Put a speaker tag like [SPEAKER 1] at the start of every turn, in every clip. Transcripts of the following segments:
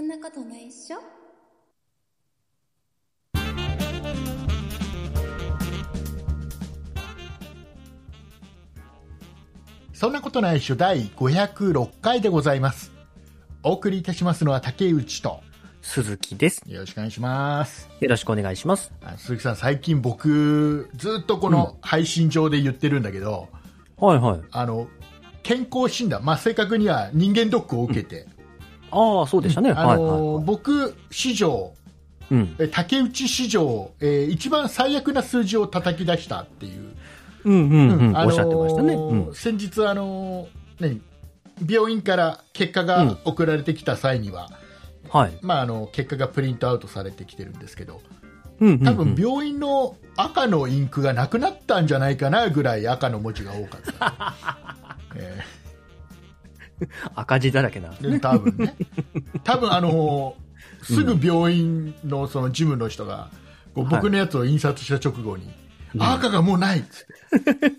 [SPEAKER 1] んなことないっしょ
[SPEAKER 2] そんなことないっしょ第506回でございます。お送りいたしますのは竹内と、
[SPEAKER 3] 鈴木です。
[SPEAKER 2] よろしくお願いします。
[SPEAKER 3] よろしくお願いします。
[SPEAKER 2] あ鈴木さん、最近僕、ずっとこの配信上で言ってるんだけど、
[SPEAKER 3] はいはい。
[SPEAKER 2] あの、健康診断、まあ、正確には人間ドックを受けて、
[SPEAKER 3] ああ、そうでしたね。
[SPEAKER 2] あ
[SPEAKER 3] はい
[SPEAKER 2] の
[SPEAKER 3] はい。
[SPEAKER 2] 僕史上、
[SPEAKER 3] うん。
[SPEAKER 2] え竹内史上、えー一番最悪な数字を叩き出したっていう、
[SPEAKER 3] うんうんうん。
[SPEAKER 2] あ
[SPEAKER 3] お
[SPEAKER 2] の
[SPEAKER 3] っしゃってましたね。うん。
[SPEAKER 2] 先日、あの何病院から結果が送られてきた際には、
[SPEAKER 3] はい。
[SPEAKER 2] まあ、あの結果がプリントアウトされてきてるんですけど
[SPEAKER 3] うんうんうん。
[SPEAKER 2] 多分病院の赤のインクがなくなったんじゃないかなぐらい赤の文字が多かった、 え
[SPEAKER 3] 赤字だらけな。
[SPEAKER 2] ーで多分ね多分あのすぐ病院のその事務の人がこう
[SPEAKER 3] はい
[SPEAKER 2] 僕のやつを印刷した直後に、
[SPEAKER 3] うん
[SPEAKER 2] あ赤がもうないっつって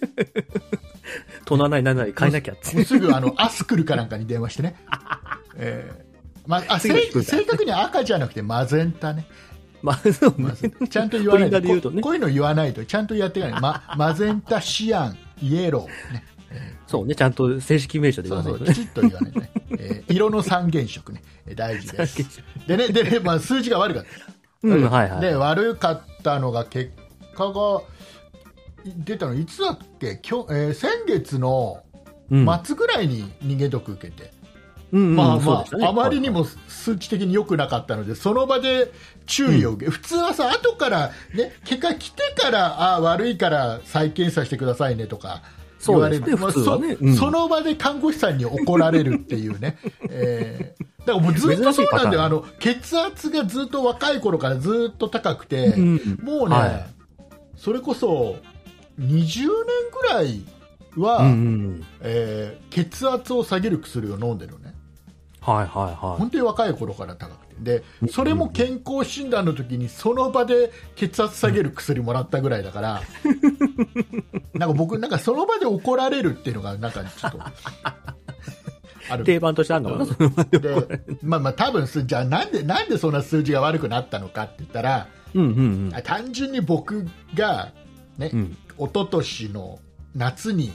[SPEAKER 3] となないならない変えなきゃっ
[SPEAKER 2] も
[SPEAKER 3] て
[SPEAKER 2] う。すぐあのアスクルかなんかに電話してね、えーまあ、
[SPEAKER 3] 次の日来
[SPEAKER 2] 正
[SPEAKER 3] るから
[SPEAKER 2] 正確には赤じゃなくてマゼンタね
[SPEAKER 3] まあ、 そうね
[SPEAKER 2] ま。ずちゃんと言わないと
[SPEAKER 3] プリンターで言うとね
[SPEAKER 2] ここういうの言わないとちゃんとやっていか ない、ま、マゼンタシアンイエロー、ね、
[SPEAKER 3] そうね。ちゃんと正式名称で言
[SPEAKER 2] そう
[SPEAKER 3] わな
[SPEAKER 2] そ
[SPEAKER 3] いうと
[SPEAKER 2] きちっと
[SPEAKER 3] ね。
[SPEAKER 2] 言わないとね、えー色の三原色ねえー大事ですでねでね、まあ、数字が悪かった、
[SPEAKER 3] うん、はい
[SPEAKER 2] で
[SPEAKER 3] は
[SPEAKER 2] 悪かったのが結果がい出たのいつだっけ今日、えー先月の
[SPEAKER 3] い。うん。
[SPEAKER 2] 末ぐらいに人間毒受けて、
[SPEAKER 3] うんうん
[SPEAKER 2] まあ
[SPEAKER 3] そう
[SPEAKER 2] ま
[SPEAKER 3] でし
[SPEAKER 2] あ、
[SPEAKER 3] たね
[SPEAKER 2] あまりにも数値的に良くなかったので、その場で注意を受け、普通はさ、後から、ね、結果来てから、ああ、悪いから再検査してくださいねとか。言
[SPEAKER 3] そう
[SPEAKER 2] わ
[SPEAKER 3] で
[SPEAKER 2] れ
[SPEAKER 3] すね
[SPEAKER 2] るまあ
[SPEAKER 3] 普通はね
[SPEAKER 2] そ
[SPEAKER 3] うん
[SPEAKER 2] その場で看護師さんに怒られるっていう ね、えーだからもうずっとそうなんだよ、あの血圧がずっと若い頃からずっと高くて、
[SPEAKER 3] うん
[SPEAKER 2] もうね、
[SPEAKER 3] はい
[SPEAKER 2] それこそ20年ぐらいは、
[SPEAKER 3] うんうん。
[SPEAKER 2] えー血圧を下げる薬を飲んでるのね。
[SPEAKER 3] はいはいは
[SPEAKER 2] 本当に若い頃から高くてでそれも健康診断の時にその場で血圧下げる薬もらったぐらいだから なんか僕なんかその場で怒られるっていうのがなんかちょっとあ
[SPEAKER 3] い。
[SPEAKER 2] る
[SPEAKER 3] 定番としてあるのかな、その場で。
[SPEAKER 2] でまあまあ多分すじゃあなんでなんでそんな数字が悪くなったのかって言ったら
[SPEAKER 3] うんうん
[SPEAKER 2] あ単純に僕がね、
[SPEAKER 3] うん。うん。
[SPEAKER 2] 一昨年の夏に、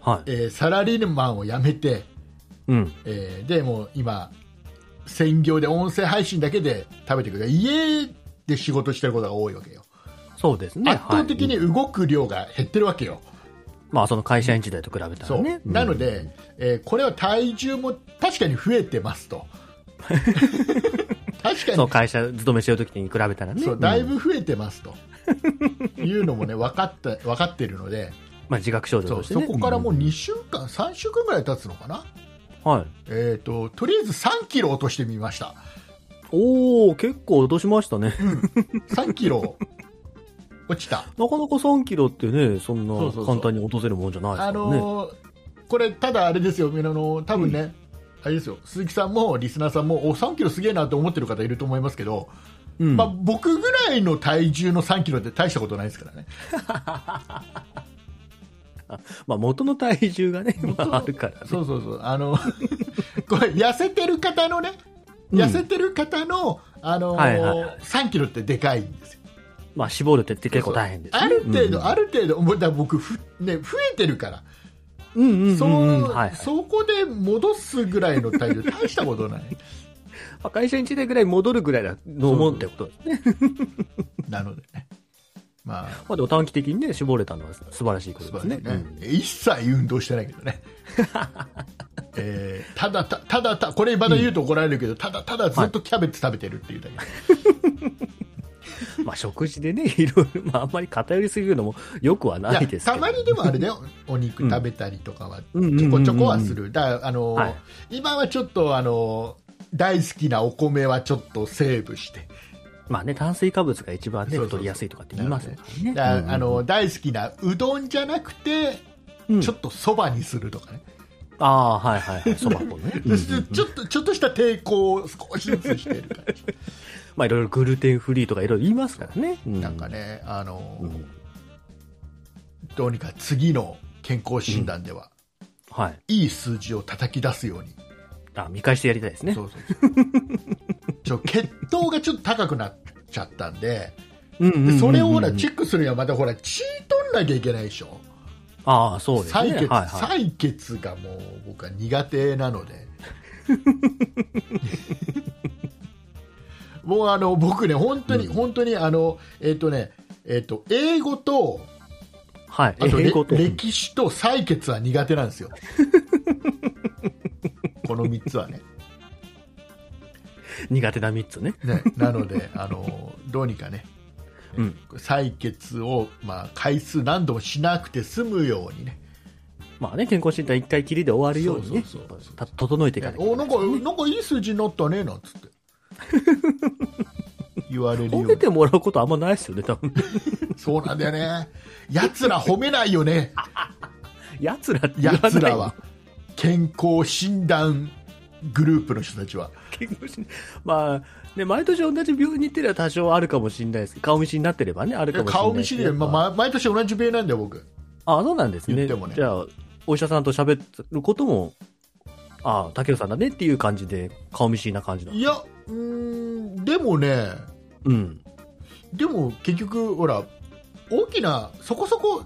[SPEAKER 3] はい。
[SPEAKER 2] えーサラリーマンを辞めて、
[SPEAKER 3] うん。
[SPEAKER 2] えーでもう今専業で音声配信だけで食べてくれ家で仕事してることが多いわけよ、
[SPEAKER 3] そうですね。
[SPEAKER 2] 圧倒的に
[SPEAKER 3] はい。
[SPEAKER 2] 動く量が減ってるわけよ、
[SPEAKER 3] まあ、その会社員時代と比べた
[SPEAKER 2] そ
[SPEAKER 3] ら
[SPEAKER 2] う
[SPEAKER 3] ね。
[SPEAKER 2] なので、えーこれは体重も確かに増えてますと確か
[SPEAKER 3] うん、
[SPEAKER 2] に
[SPEAKER 3] そ、
[SPEAKER 2] そう
[SPEAKER 3] 会社勤めしてる時に比べたら
[SPEAKER 2] う
[SPEAKER 3] ね。
[SPEAKER 2] だいぶ増えてますと、いうのもね分かった分かってるので
[SPEAKER 3] まあ自覚症状
[SPEAKER 2] そ
[SPEAKER 3] と
[SPEAKER 2] う
[SPEAKER 3] して
[SPEAKER 2] そ
[SPEAKER 3] ね。
[SPEAKER 2] こからもう
[SPEAKER 3] うん
[SPEAKER 2] 2週間3週間ぐらい経つのかな、
[SPEAKER 3] はい。
[SPEAKER 2] えー、ととりあえず3キロ落としてみました
[SPEAKER 3] おお結構落としましたね。
[SPEAKER 2] 3キロ落ちた
[SPEAKER 3] なかなか3キロってね、そんな
[SPEAKER 2] そうそうそう
[SPEAKER 3] 簡単に落とせるもんじゃないですか
[SPEAKER 2] あ
[SPEAKER 3] らね。
[SPEAKER 2] のーこれ、ただあれですよ、あのー多分ね、あれですよ、鈴木さんもリスナーさんも、お3キロすげえなと思ってる方いると思いますけど、
[SPEAKER 3] うん
[SPEAKER 2] まあ、僕ぐらいの体重の3キロって大したことないですからね、
[SPEAKER 3] まあ元の体重がね、まああるからね。
[SPEAKER 2] そうそうそう、あ のこれ、痩せてる方のね、
[SPEAKER 3] うん
[SPEAKER 2] 痩せてる方の、あのー
[SPEAKER 3] はいはいは
[SPEAKER 2] 3キロってでかいんですよ。
[SPEAKER 3] まあ絞るって結構大変です、ね。
[SPEAKER 2] ある程度、
[SPEAKER 3] うん
[SPEAKER 2] ある程度、もうだから僕ふ、ね、増えてるから、
[SPEAKER 3] うんうんうんうん
[SPEAKER 2] そ
[SPEAKER 3] はい、はい
[SPEAKER 2] そこで戻すぐらいの体重、大したことない。
[SPEAKER 3] まあ会社に時代ぐらい戻るぐらいだと思うってことですね。
[SPEAKER 2] なのでね。まあ
[SPEAKER 3] まあでも短期的にね、絞れたのは素晴らしいこ
[SPEAKER 2] 素
[SPEAKER 3] とで
[SPEAKER 2] 晴
[SPEAKER 3] す
[SPEAKER 2] ら
[SPEAKER 3] ね
[SPEAKER 2] し。いね、一切運動してないけど ね、えーただたただたこれまだ言うと怒られるけど、ただただずっとキャベツ食べてるっていうだけ、
[SPEAKER 3] うんまあ食事でね、 いろいろ、まああんまり偏りすぎるのも良くはないい
[SPEAKER 2] や
[SPEAKER 3] ですけ
[SPEAKER 2] た
[SPEAKER 3] ど。
[SPEAKER 2] まにでもあれ だよお肉食べたりとかはち
[SPEAKER 3] うんうん
[SPEAKER 2] ょ
[SPEAKER 3] うんうんう
[SPEAKER 2] こ
[SPEAKER 3] ん
[SPEAKER 2] ちょこはするだからあの、
[SPEAKER 3] はい
[SPEAKER 2] 今はちょっとあの大好きなお米はちょっとセーブして
[SPEAKER 3] まあね、炭水化物が一番ね、
[SPEAKER 2] そうそうそう
[SPEAKER 3] 太りやすいとかって言いますからね。
[SPEAKER 2] だから
[SPEAKER 3] うんうん
[SPEAKER 2] あの大好きなうどんじゃなくて
[SPEAKER 3] うん
[SPEAKER 2] ちょっとそばにするとかね、
[SPEAKER 3] ああ、はいはいはい。そば粉 ね。うんう
[SPEAKER 2] そ
[SPEAKER 3] ん
[SPEAKER 2] してちょっとちょっとした抵抗を少しずつしてる感じ
[SPEAKER 3] まあいろいろグルテンフリーとかいろいろ言いますからね。
[SPEAKER 2] なんかね、あの、
[SPEAKER 3] うん
[SPEAKER 2] どうにか次の健康診断では、
[SPEAKER 3] はい。
[SPEAKER 2] いい数字を叩き出すように、
[SPEAKER 3] あ、見返してやりたいですね。
[SPEAKER 2] そうそうそう ちょ血糖がちょっと高くなっちゃったんで
[SPEAKER 3] うんうんうんうん
[SPEAKER 2] でそれをほらチェックするにはまたほら血取んなきゃいけないでしょ
[SPEAKER 3] ああ、そうですね。
[SPEAKER 2] 採血
[SPEAKER 3] はいはい。
[SPEAKER 2] 採血がもう僕は苦手なので もうあの僕ね本当に、
[SPEAKER 3] うん
[SPEAKER 2] 本当にあのえっ、とねえっ、と英語と
[SPEAKER 3] はい。
[SPEAKER 2] あと
[SPEAKER 3] 英
[SPEAKER 2] れ
[SPEAKER 3] 語と。
[SPEAKER 2] 歴史と採血は苦手なんですよ この3つはね
[SPEAKER 3] 苦手な3つね。
[SPEAKER 2] ねなのであのどうにかね
[SPEAKER 3] うん。
[SPEAKER 2] 採血を、まあ、回数何度もしなくて済むようにね
[SPEAKER 3] まあね、健康診断一回きりで終わるようにね
[SPEAKER 2] そうそうそうそ、う
[SPEAKER 3] た整えていかないとい
[SPEAKER 2] お
[SPEAKER 3] け
[SPEAKER 2] な
[SPEAKER 3] ない
[SPEAKER 2] んかなんかいい数字になったねなんつって 言われるよ
[SPEAKER 3] 褒
[SPEAKER 2] う
[SPEAKER 3] め
[SPEAKER 2] に
[SPEAKER 3] てもらうことあんまないですよね、多 分。
[SPEAKER 2] そうなんだよねやつら褒めないよね
[SPEAKER 3] 奴ら って言
[SPEAKER 2] や
[SPEAKER 3] わない。
[SPEAKER 2] つらは健康診断グループの人たちは
[SPEAKER 3] 健康診断。まあ、ね、毎年同じ病院に行ってれば多少あるかもしれないですけど、顔見知りになってればね、あるかもしれない
[SPEAKER 2] 顔見知りで、まあ、ま毎年同じ病院なんだよ僕
[SPEAKER 3] あ、そうなんです
[SPEAKER 2] 言
[SPEAKER 3] ね。
[SPEAKER 2] ってもね
[SPEAKER 3] じゃあ、お医者さんと喋ることも、ああ、竹野さんだねっていう感じで、顔見知りな感じだ。
[SPEAKER 2] いやうーんでもね
[SPEAKER 3] うん。
[SPEAKER 2] でも結局ほら大きなそこそこ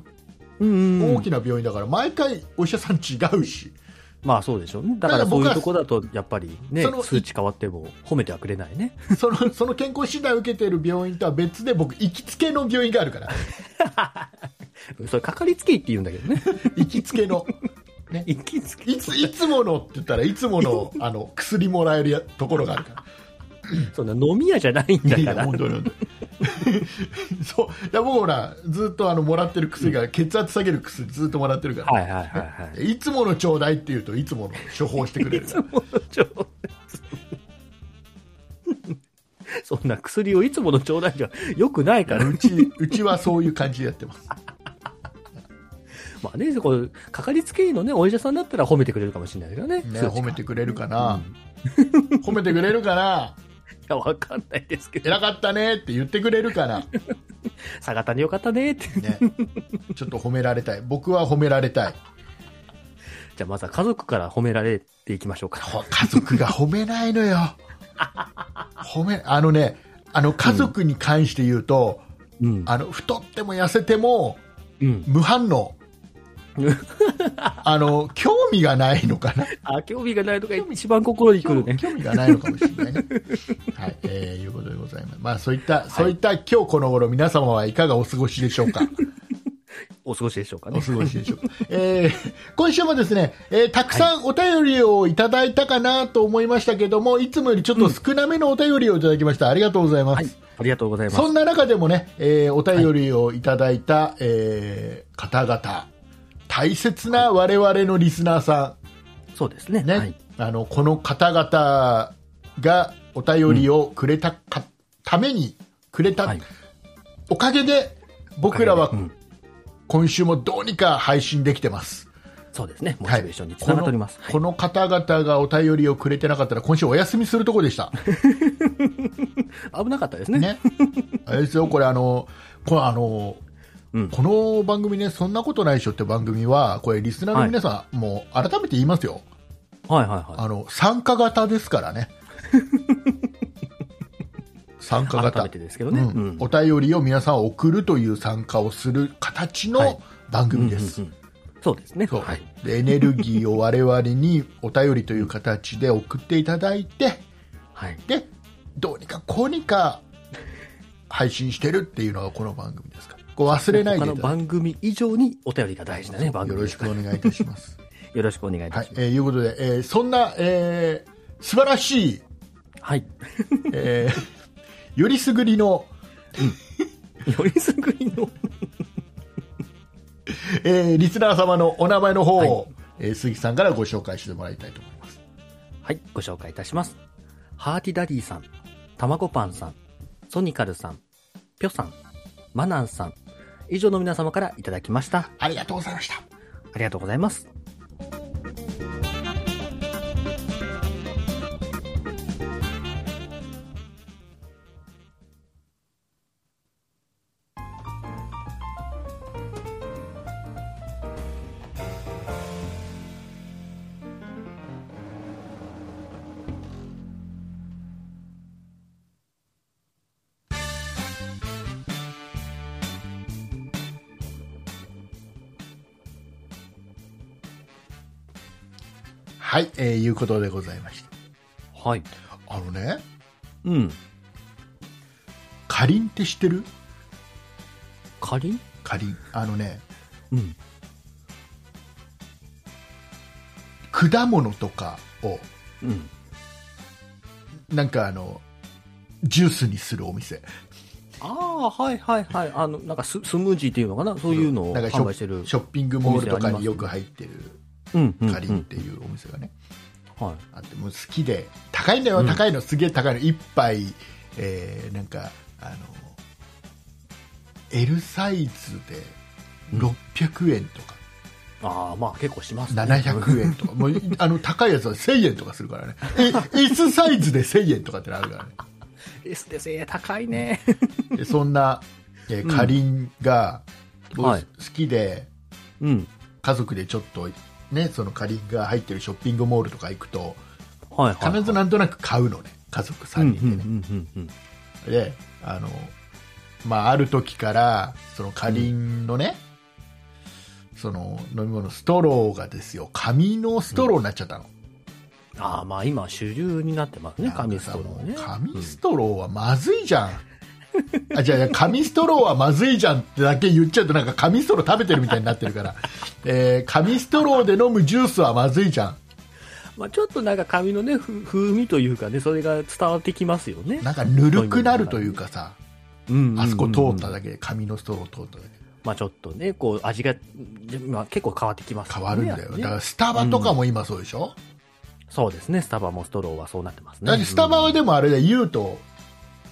[SPEAKER 3] うんうんうん
[SPEAKER 2] 大きな病院だから、毎回お医者さん違う し
[SPEAKER 3] まあそうでしょうね。だか
[SPEAKER 2] だからら
[SPEAKER 3] そう
[SPEAKER 2] 僕
[SPEAKER 3] いう
[SPEAKER 2] は
[SPEAKER 3] とこだと、やっぱりね
[SPEAKER 2] そ、の
[SPEAKER 3] 数値変わっても褒めてはくれないね。
[SPEAKER 2] そのその健康診断を受けている病院とは別で僕行きつけの病院があ るから
[SPEAKER 3] それ、かかりつけ医って言うんだけどね。
[SPEAKER 2] 行きつけの
[SPEAKER 3] 行きつけ
[SPEAKER 2] いついつものって言ったらいつも のあの薬もらえるやところがあるから
[SPEAKER 3] そんな飲み屋じゃないんだ
[SPEAKER 2] い
[SPEAKER 3] か
[SPEAKER 2] や
[SPEAKER 3] ら。
[SPEAKER 2] 本当に本当に そういや僕ほらずっとあのもらってる薬が、血圧下げる薬ずっともらってるから、
[SPEAKER 3] はいはいはいはい。
[SPEAKER 2] い、つものちょうだいって言うといつもの処方してくれ
[SPEAKER 3] い
[SPEAKER 2] る
[SPEAKER 3] つ
[SPEAKER 2] から
[SPEAKER 3] ものちょうだい。そんな薬をいつものちょうだいじゃよくないから。
[SPEAKER 2] うちうちはそういう感じでやってます
[SPEAKER 3] まあね、こうかかりつけ医のね、お医者さんだったら褒めてくれるかもしれないけどね。
[SPEAKER 2] ね、
[SPEAKER 3] 数値
[SPEAKER 2] 褒めてくれるか
[SPEAKER 3] う
[SPEAKER 2] な、
[SPEAKER 3] んい
[SPEAKER 2] 褒めてくれるかな、
[SPEAKER 3] や、わかんないですけど。
[SPEAKER 2] 偉かったねって言ってくれるかな、
[SPEAKER 3] 佐賀谷よかったね って。
[SPEAKER 2] ね、ちょっと褒められたい、僕は褒められたい、
[SPEAKER 3] じゃあまずは家族から褒められていきましょうか。
[SPEAKER 2] ほ家族が褒めないのよ、褒めあのね、あの家族に関して言うと、
[SPEAKER 3] うん。
[SPEAKER 2] あの太っても痩せても
[SPEAKER 3] うん。
[SPEAKER 2] 無反 応、あの興味がないのかな、
[SPEAKER 3] あ、興味がないとか一番心にくる
[SPEAKER 2] 興
[SPEAKER 3] ね。
[SPEAKER 2] 興味がないのかもしれない ね。はい、えーいうことでございます。まあそういった、そういった今日この頃皆様はいかがお過ごしでしょうか。
[SPEAKER 3] お過ごしでしょうか
[SPEAKER 2] お
[SPEAKER 3] ね。
[SPEAKER 2] 過ごしでしょうか。えー今週もですね、えーたくさんお便りをいただいたかなと思いましたけども、いつもよりちょっと少なめのお便りをいただきました。ありがとうございます。
[SPEAKER 3] はい。ありがとうございます
[SPEAKER 2] そ。んな中でもね、えーお便りをいただいた、えー方々、大切な我々のリスナーさ
[SPEAKER 3] そうですね。
[SPEAKER 2] ん、ね、
[SPEAKER 3] はい。
[SPEAKER 2] あの、この方々がお便りをくれたか、ためにくれた、
[SPEAKER 3] はい
[SPEAKER 2] おかげで、僕らは
[SPEAKER 3] うん
[SPEAKER 2] 今週もどうにか配信できてます。
[SPEAKER 3] そうですね。モ
[SPEAKER 2] は
[SPEAKER 3] チ
[SPEAKER 2] い
[SPEAKER 3] ベーションにつながっております。はい
[SPEAKER 2] このこの方々がお便りをくれてなかったら今週お休みするとこでした。
[SPEAKER 3] 危なかったですね。
[SPEAKER 2] ね。あれですよ、これあの、このあの、
[SPEAKER 3] うん
[SPEAKER 2] この番組ね、そんなことないでしょって番組は、これリスナーの皆さん、もう改めて言いますよ。
[SPEAKER 3] はいはいは
[SPEAKER 2] あの、参加型ですから ね。参加
[SPEAKER 3] い。改
[SPEAKER 2] 型
[SPEAKER 3] め。てですけど
[SPEAKER 2] うん
[SPEAKER 3] ね。うん
[SPEAKER 2] お便りを皆さん送るという参加をする形
[SPEAKER 3] はい
[SPEAKER 2] の番組です。
[SPEAKER 3] うんうんうんそうですね。
[SPEAKER 2] そう
[SPEAKER 3] はい。
[SPEAKER 2] でエネルギーを我々にお便りという形で送っていただいて、
[SPEAKER 3] はい。
[SPEAKER 2] でどうにかこうにか配信してるっていうのがこの番組ですからこう忘れない
[SPEAKER 3] 他
[SPEAKER 2] でい
[SPEAKER 3] の
[SPEAKER 2] ただい
[SPEAKER 3] 番組以上にお便りが大事なね、番
[SPEAKER 2] てよろ
[SPEAKER 3] 組で
[SPEAKER 2] し
[SPEAKER 3] す
[SPEAKER 2] く
[SPEAKER 3] から
[SPEAKER 2] お願いいたし ます。
[SPEAKER 3] よろしくお願いい
[SPEAKER 2] は
[SPEAKER 3] た
[SPEAKER 2] い
[SPEAKER 3] し、ます。
[SPEAKER 2] えーいうことで、えーそんな、えー素晴らしい、
[SPEAKER 3] はい。
[SPEAKER 2] えー よりすぐりの、
[SPEAKER 3] よりすぐりの、
[SPEAKER 2] えーリスナー様のお名前の方を、
[SPEAKER 3] はい
[SPEAKER 2] えー杉さんからご紹介してもらいたいと思います。
[SPEAKER 3] はい、ご紹介いたします。ハーティダディさん、たまごパンさん、ソニカルさん、ぴょさん、マナンさん、以上の皆様からいただきました。
[SPEAKER 2] ありがとうございました。
[SPEAKER 3] ありがとうございます。
[SPEAKER 2] はい、えーいうことでございました
[SPEAKER 3] はい。
[SPEAKER 2] あのね
[SPEAKER 3] うん。
[SPEAKER 2] かりんって知ってる
[SPEAKER 3] かりん
[SPEAKER 2] かりんあのね
[SPEAKER 3] うん。
[SPEAKER 2] 果物とかを
[SPEAKER 3] うん。
[SPEAKER 2] なんかあのジュースにするお店
[SPEAKER 3] ああ、はいはいはい。あの、なんかススムージーっていうのかなそういうのを
[SPEAKER 2] なんかショ
[SPEAKER 3] 販売してる。
[SPEAKER 2] ショッピングモールとかによく入ってる
[SPEAKER 3] うん、うん。
[SPEAKER 2] かりんっていうお店がね
[SPEAKER 3] うん。はい。
[SPEAKER 2] あってもう好きで高いんだよ、
[SPEAKER 3] うん
[SPEAKER 2] 高いのすげえ高いの一杯、えーなんかあの L サイズで600円とか
[SPEAKER 3] ああ、まあ結構しますね。
[SPEAKER 2] 700円とかもういあの高いやつは1000円とかするからねえ S サイズで1000円とかってのあるからね
[SPEAKER 3] S ですね。高いね。
[SPEAKER 2] でそんな、えー、かりんが、僕
[SPEAKER 3] はい
[SPEAKER 2] 好きで
[SPEAKER 3] うん。
[SPEAKER 2] 家族でちょっとねそのかりんが入ってるショッピングモールとか行くと
[SPEAKER 3] はいはい、はい。
[SPEAKER 2] 必ずなんとなく買うのね家族3人でね、
[SPEAKER 3] うんうんうんうん
[SPEAKER 2] であの、まあ、ある時からそのかりんのね、その飲み物ストローがですよ紙のストローになっちゃったの、
[SPEAKER 3] うん。ああ、まあ今主流になってますね、紙ストローね。
[SPEAKER 2] 紙ストローはまずいじゃん、あじゃあ紙ストローはまずいじゃんってだけ言っちゃうとなんか紙ストロー食べてるみたいになってるから、えー紙ストローで飲むジュースはまずいじゃん
[SPEAKER 3] まあちょっとなんか紙のね、ふ風味というかね、それが伝わってきますよね。
[SPEAKER 2] なんかぬるくなるというかさ
[SPEAKER 3] うんうんうんうん
[SPEAKER 2] あそこ通っただけで紙のストロー通っただけで
[SPEAKER 3] まあちょっとね、こう味が、まあ結構変わってきます、ね。
[SPEAKER 2] 変わるんだよ
[SPEAKER 3] ね
[SPEAKER 2] だからスタバとかも今そうでしょ、
[SPEAKER 3] そうですね、スタバもストローはそうなってますね。
[SPEAKER 2] だってスタバはでもあれだよ、言うと、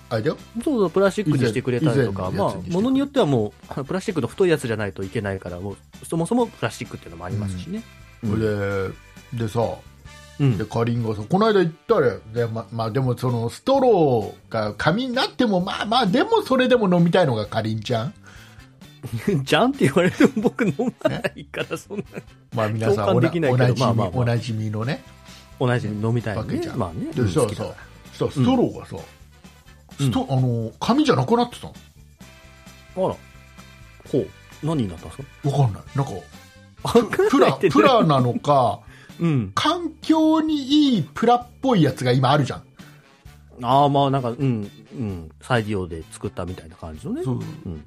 [SPEAKER 2] あれだよ、
[SPEAKER 3] うんそうそう、プラスチックにしてくれたりとか、
[SPEAKER 2] 以前以前
[SPEAKER 3] ま
[SPEAKER 2] の
[SPEAKER 3] あ
[SPEAKER 2] やつにしてくれる、
[SPEAKER 3] ものによってはもう、あのプラスチックの太いやつじゃないといけないから、もう、そもそもプラスチックっていうのもありますしね。うん
[SPEAKER 2] で、でさ、
[SPEAKER 3] うん
[SPEAKER 2] で、かりんがさ、この間行ったら、で、ま、まあ、でもそのストローが紙になっても、まあまあ、でもそれでも飲みたいのがかりんちゃん。
[SPEAKER 3] じゃん って言われても僕飲まないから、そんな、
[SPEAKER 2] まあ皆さんお
[SPEAKER 3] 共
[SPEAKER 2] な
[SPEAKER 3] 感できないけど
[SPEAKER 2] おなじみ、
[SPEAKER 3] まあまあまあ
[SPEAKER 2] おなじみのね、
[SPEAKER 3] 同じに飲みたいの
[SPEAKER 2] わけ
[SPEAKER 3] ね
[SPEAKER 2] じゃん。
[SPEAKER 3] まあね。
[SPEAKER 2] で
[SPEAKER 3] うん
[SPEAKER 2] さ、
[SPEAKER 3] 好きだ
[SPEAKER 2] さ
[SPEAKER 3] か、
[SPEAKER 2] さストローがさ、スト、あの、紙じゃなくなってたの
[SPEAKER 3] らあら。ほう。何になったんですか
[SPEAKER 2] わかんない。なんか、
[SPEAKER 3] わか
[SPEAKER 2] プ
[SPEAKER 3] んない
[SPEAKER 2] ラ、
[SPEAKER 3] ってね
[SPEAKER 2] プラなのか、
[SPEAKER 3] うん。
[SPEAKER 2] 環境にいいプラっぽいやつが今あるじゃん。
[SPEAKER 3] ああ、まあなんか、うん、うん。再利用で作ったみたいな感じのね。
[SPEAKER 2] そう
[SPEAKER 3] うん。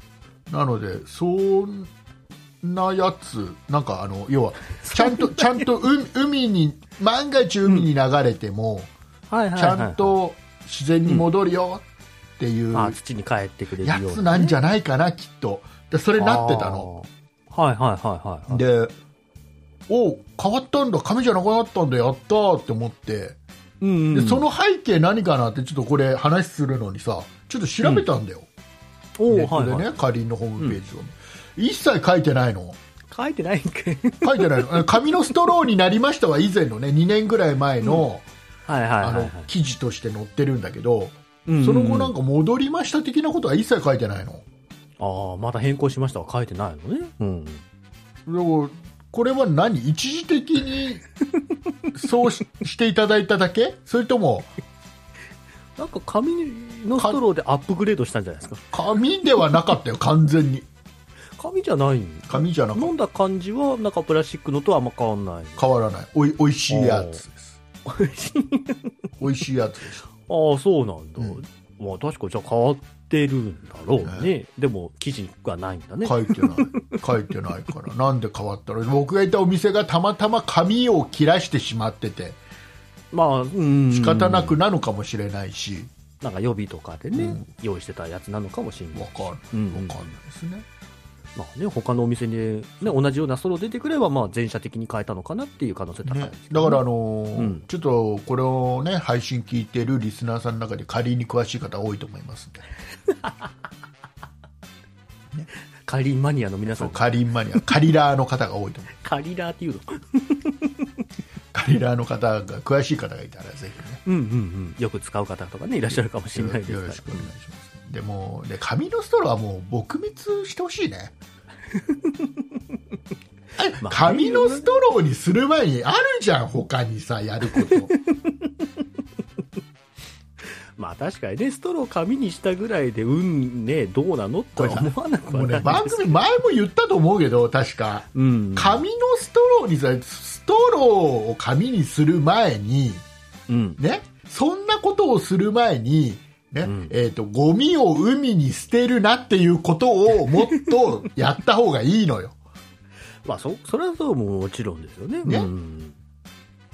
[SPEAKER 2] なのでそんなやつなんかあの要はちゃんとちゃんと海海に万が一海に流れても、
[SPEAKER 3] はいはいはい、はい。
[SPEAKER 2] ちゃんと自然に戻るよっていう
[SPEAKER 3] あ土に帰ってくれるよ
[SPEAKER 2] や
[SPEAKER 3] う
[SPEAKER 2] つなんじゃないかなきっとでそれなってたの
[SPEAKER 3] の。はいはいはいはいはい。
[SPEAKER 2] でお変わったんだ紙じゃなくなったんだやったーって思って
[SPEAKER 3] うんうん、
[SPEAKER 2] でその背景何かなってちょっとこれ話するのにさちょっと調べたんだよ、
[SPEAKER 3] お
[SPEAKER 2] ネ
[SPEAKER 3] ー
[SPEAKER 2] ット
[SPEAKER 3] はい
[SPEAKER 2] で
[SPEAKER 3] はい、
[SPEAKER 2] ねかりんのホームページを、一切書いてないの
[SPEAKER 3] 書いてないんかい
[SPEAKER 2] 書いてないのあ紙のストローになりましたは以前のね2年ぐらい前の,、
[SPEAKER 3] はいはいはい、
[SPEAKER 2] あ
[SPEAKER 3] は
[SPEAKER 2] の
[SPEAKER 3] い
[SPEAKER 2] 記事として載ってるんだけど、
[SPEAKER 3] うんうん。
[SPEAKER 2] その後なん
[SPEAKER 3] か。
[SPEAKER 2] か戻りました的なことは一切書いてないの
[SPEAKER 3] ああ、また変更しましたは書いてないのね。うん。
[SPEAKER 2] だからこれは何一時的にそうししていただいただけそれとも
[SPEAKER 3] なんか紙のストローでアップグレードしたんじゃないですか。
[SPEAKER 2] 紙ではなかったよ完全に
[SPEAKER 3] 紙じゃないん
[SPEAKER 2] 紙じゃなかっ
[SPEAKER 3] 飲んだ感じは、なんかプラスチックのとはあんま変わんない。
[SPEAKER 2] た変わらないおいおいしいやつです
[SPEAKER 3] 美味しい
[SPEAKER 2] おいしいやつです
[SPEAKER 3] ああ、そうなんだ。
[SPEAKER 2] うん
[SPEAKER 3] まあ確かにじゃあ変わってるんだろうね。でも記事がないんだね。
[SPEAKER 2] 書い てない書いてないからなんで変わったの僕がいたお店がたまたま紙を切らしてしまってて
[SPEAKER 3] まあ、うん。
[SPEAKER 2] 仕方なくなのかもしれないし、
[SPEAKER 3] なんか予備とかでね、
[SPEAKER 2] うん
[SPEAKER 3] 用意してたやつなのかもしれない。
[SPEAKER 2] わかんない、
[SPEAKER 3] うん
[SPEAKER 2] わかんないですね。
[SPEAKER 3] まあね、他のお店で、ね、同じようなソロ出てくれば、まあ全社的に変えたのかなっていう可能性高い
[SPEAKER 2] ね
[SPEAKER 3] です、け
[SPEAKER 2] だ
[SPEAKER 3] どね
[SPEAKER 2] から、あのー
[SPEAKER 3] うん
[SPEAKER 2] ちょっとこれをね配信聞いてるリスナーさんの中で仮に詳しい方多いと思いますんで、
[SPEAKER 3] カリンマニアの皆さん、
[SPEAKER 2] カリンマニア、カリラーの方が多いと思う。
[SPEAKER 3] カリラーっていうの。
[SPEAKER 2] カリラーの方が詳しい方がいたらぜ
[SPEAKER 3] うんうんうん。よく使う方とかね、いらっしゃるかもし
[SPEAKER 2] ひ
[SPEAKER 3] れ
[SPEAKER 2] ね
[SPEAKER 3] ないですか
[SPEAKER 2] よ
[SPEAKER 3] ら。
[SPEAKER 2] ろしくお願いします。でもで紙のストローはもう撲滅してほしい ね。あれ
[SPEAKER 3] まあ
[SPEAKER 2] 紙のストローにする前にあるじゃん他にさやる こと。
[SPEAKER 3] まあ確かにね、ストロー紙にしたぐらいで、うん、ね、どうなのとは思わなく
[SPEAKER 2] も
[SPEAKER 3] は
[SPEAKER 2] う
[SPEAKER 3] な
[SPEAKER 2] ね、
[SPEAKER 3] い
[SPEAKER 2] 番
[SPEAKER 3] です。
[SPEAKER 2] 組前も言ったと思うけど、確か。
[SPEAKER 3] うん。
[SPEAKER 2] 紙のストローにさ、ストロを紙にする前に、
[SPEAKER 3] うん。
[SPEAKER 2] ね、そんなことをする前に、ね
[SPEAKER 3] うん
[SPEAKER 2] えー、とゴミを海に捨てるなっていうことをもっとやった方がいいのよ。
[SPEAKER 3] まあ、そ、それはそうももちろんですよね。
[SPEAKER 2] ね
[SPEAKER 3] うん。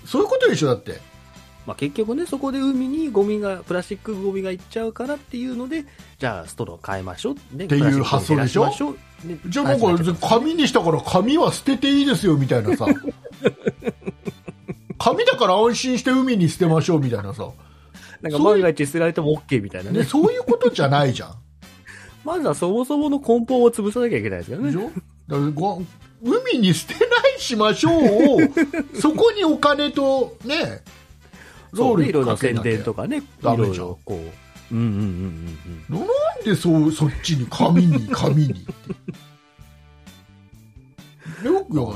[SPEAKER 2] そういうことでしょだって
[SPEAKER 3] まあ、結局ね、そこで海にゴミが、プラスチックゴミがいっちゃうからっていうので、じゃあ、ストロー変えましょう。ね、
[SPEAKER 2] っていう発想でしょ
[SPEAKER 3] プラスチックゴミ減らしましょうね
[SPEAKER 2] じゃあなんか
[SPEAKER 3] 話になっちゃう
[SPEAKER 2] 紙にしたから紙は捨てていいですよみたいなさ紙だから安心して海に捨てましょうみたいなさ、
[SPEAKER 3] なんか万が一捨てられても OK みたいな
[SPEAKER 2] ね、
[SPEAKER 3] ね。
[SPEAKER 2] そういうことじゃないじゃん。
[SPEAKER 3] まずはそもそもの根本を潰さなきゃいけないですか
[SPEAKER 2] で
[SPEAKER 3] らね
[SPEAKER 2] し。ょだからご海に捨てないしましょうをそこにお金とね
[SPEAKER 3] そ
[SPEAKER 2] 労
[SPEAKER 3] うね、い
[SPEAKER 2] 力
[SPEAKER 3] ろいろ
[SPEAKER 2] かけ
[SPEAKER 3] 宣
[SPEAKER 2] なきゃ
[SPEAKER 3] 伝とかね、い
[SPEAKER 2] ダ
[SPEAKER 3] ろ
[SPEAKER 2] メじゃん
[SPEAKER 3] いろこう。うんうんうんうん
[SPEAKER 2] ななんでそうそっちに紙に紙にってよくわか
[SPEAKER 3] うん。どう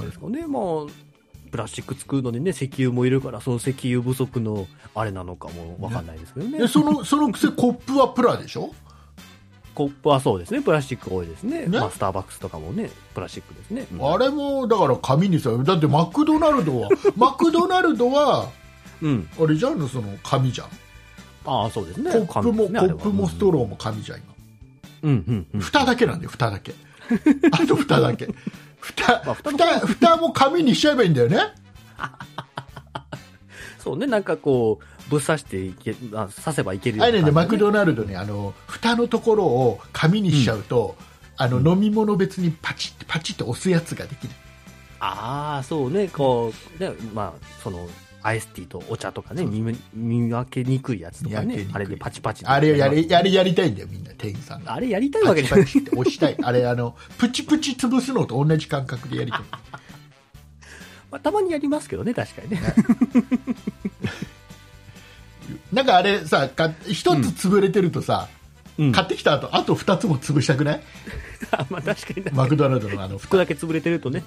[SPEAKER 2] る
[SPEAKER 3] ですかね、まあ、プラスチック作るのにね、石油もいるから、その石油不足のあれなのかもわかんないですけどね。
[SPEAKER 2] でそのそのくせコップはプラでしょ
[SPEAKER 3] コップはそうですね、プラスチック多いですね。
[SPEAKER 2] ね
[SPEAKER 3] まあ、スターバックスとかもね、プラスチックですね。
[SPEAKER 2] あれもだから紙にさだってマクドナルドはマクドナルドは
[SPEAKER 3] うん。
[SPEAKER 2] あれじゃんその紙じゃん
[SPEAKER 3] ああ、そうですね。
[SPEAKER 2] コップも、
[SPEAKER 3] 紙です
[SPEAKER 2] コ
[SPEAKER 3] ねあれ
[SPEAKER 2] ッ
[SPEAKER 3] は
[SPEAKER 2] プもストローも紙じゃん今
[SPEAKER 3] うんうんうん。
[SPEAKER 2] 蓋だけなんだよ蓋だけあと蓋だ け蓋
[SPEAKER 3] まあ蓋も
[SPEAKER 2] 蓋蓋も紙にしちゃえばいいんだよね
[SPEAKER 3] そうね、なんかこう、ぶっ刺していけ、あ刺せばいけるよ
[SPEAKER 2] あ
[SPEAKER 3] うな
[SPEAKER 2] れね、マク
[SPEAKER 3] 感じでね
[SPEAKER 2] ドナルドね、あの、蓋のところを紙にしちゃうと、あの、飲み物別にパチってパチって押すやつができる。
[SPEAKER 3] ああ、そうね、こう、ね、まあ、その、アイスティーとお茶とかね、見分見分けにくいやつとか
[SPEAKER 2] 見分け
[SPEAKER 3] ね
[SPEAKER 2] にく、い
[SPEAKER 3] あれでパチパチ。
[SPEAKER 2] あれをやれ、やれやりたいんだよ、みんな、店員さんが。
[SPEAKER 3] あれやりたいわ
[SPEAKER 2] パ
[SPEAKER 3] け
[SPEAKER 2] チ
[SPEAKER 3] じゃ
[SPEAKER 2] パチって押したい。あれ、あの、プチプチ潰すのと同じ感覚でやりたい。
[SPEAKER 3] まあ、たまにやりますけどね、確かにね。
[SPEAKER 2] なんかあれさ、か一つ潰れてるとさ、
[SPEAKER 3] うん。
[SPEAKER 2] 買ってきた後、あと二つも潰したくない
[SPEAKER 3] まあ、確かにね。
[SPEAKER 2] マクドナルドのあの 蓋。
[SPEAKER 3] 服だけ潰れてるとね。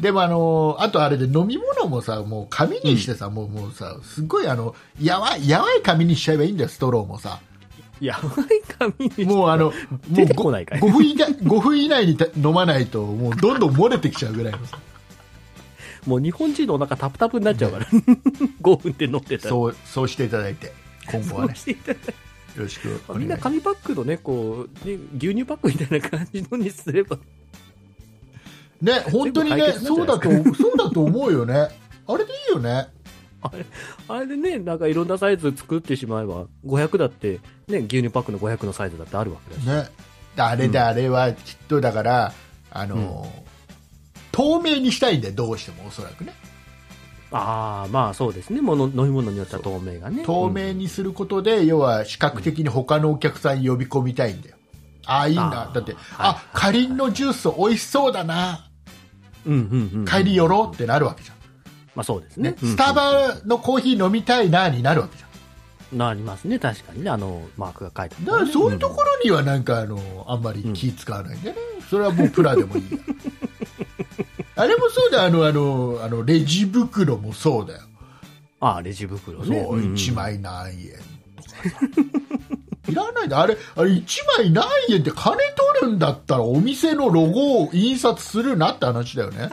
[SPEAKER 2] でもあの、あとあれで飲み物もさ、もう紙にしてさ、もうもうさ、すっごいあの、やわい、やわい紙にしちゃえばいいんだよ、ストローもさ。
[SPEAKER 3] やばい紙に。
[SPEAKER 2] もうあの、も
[SPEAKER 3] 出
[SPEAKER 2] う
[SPEAKER 3] てこないかい
[SPEAKER 2] 5分以内、5分以内にた飲まないと、もうどんどん漏れてきちゃうぐ らいのさ。
[SPEAKER 3] もう日本人のお腹タプタプになっちゃうから。5分 で乗ってたら。
[SPEAKER 2] そう、そうしていただいて、今 後はね、
[SPEAKER 3] していただいて
[SPEAKER 2] よろしくお願
[SPEAKER 3] み
[SPEAKER 2] いし
[SPEAKER 3] ん
[SPEAKER 2] ま
[SPEAKER 3] な
[SPEAKER 2] す。
[SPEAKER 3] 紙パックのね、こう、ね、牛乳パックみたいな感じのにすれば。
[SPEAKER 2] ね、本当に
[SPEAKER 3] 全部
[SPEAKER 2] ね、
[SPEAKER 3] 解決に
[SPEAKER 2] そ
[SPEAKER 3] な
[SPEAKER 2] う
[SPEAKER 3] っちゃ
[SPEAKER 2] だ
[SPEAKER 3] う
[SPEAKER 2] と、そうだと思うよね。あれでいいよね。
[SPEAKER 3] あれ、あれでね、なんかいろんなサイズ作ってしまえば、500だって、ね、牛乳パックの500のサイズだってあるわけだし。
[SPEAKER 2] ね。あれだ、あれはきっとだから、あの、透明にしたいんだよ、どうしても、おそらくね。
[SPEAKER 3] ああ、まあそうですね。もの飲み物によっては透明がね。
[SPEAKER 2] 透明にすることで、要は視覚的に他のお客さん呼び込みたいんだよ。ああ、いいんだ
[SPEAKER 3] あ。ー
[SPEAKER 2] だって、
[SPEAKER 3] はい
[SPEAKER 2] あ、かりんのジュース美味しそうだな。
[SPEAKER 3] うん。うんうんうん、
[SPEAKER 2] 帰り寄ろうってなるわけじゃん。
[SPEAKER 3] まあそうですね
[SPEAKER 2] ね。、スタ
[SPEAKER 3] うん
[SPEAKER 2] バのコーヒー飲みたいなになるわけじゃん、
[SPEAKER 3] うんなりますね。確かにね。あの、マークが書いてある、ね。
[SPEAKER 2] だからそういうところにはなんかあのあんまり気使わないんでね、それはもうプラでもい いやあれもそうだよあのあのあのレジ袋もそうだよ、
[SPEAKER 3] うんああ、レジ袋
[SPEAKER 2] そう
[SPEAKER 3] ね。んん
[SPEAKER 2] 1。枚何円とかさ いらないであれあれ1枚何円って金取るんだったらお店のロゴを印刷するなって話だよ ね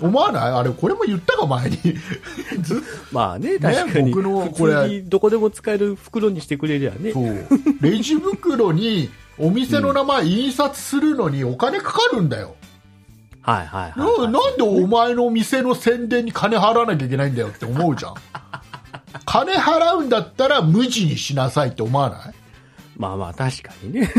[SPEAKER 2] 思わないあれこれも言ったか 前にずっと
[SPEAKER 3] まあね、確かに。
[SPEAKER 2] 僕のこれ
[SPEAKER 3] 普通にどこでも使える袋にしてくれりゃね。
[SPEAKER 2] そうレジ袋にお店の名前印刷するのにお金かかるんだ よ、
[SPEAKER 3] はいはいはい、
[SPEAKER 2] な
[SPEAKER 3] はい。
[SPEAKER 2] なんでお前の店の宣伝に金払わなきゃいけないんだよって思う じゃん金払うんだったら無地にしなさいって思わない
[SPEAKER 3] まあまあ確かにね。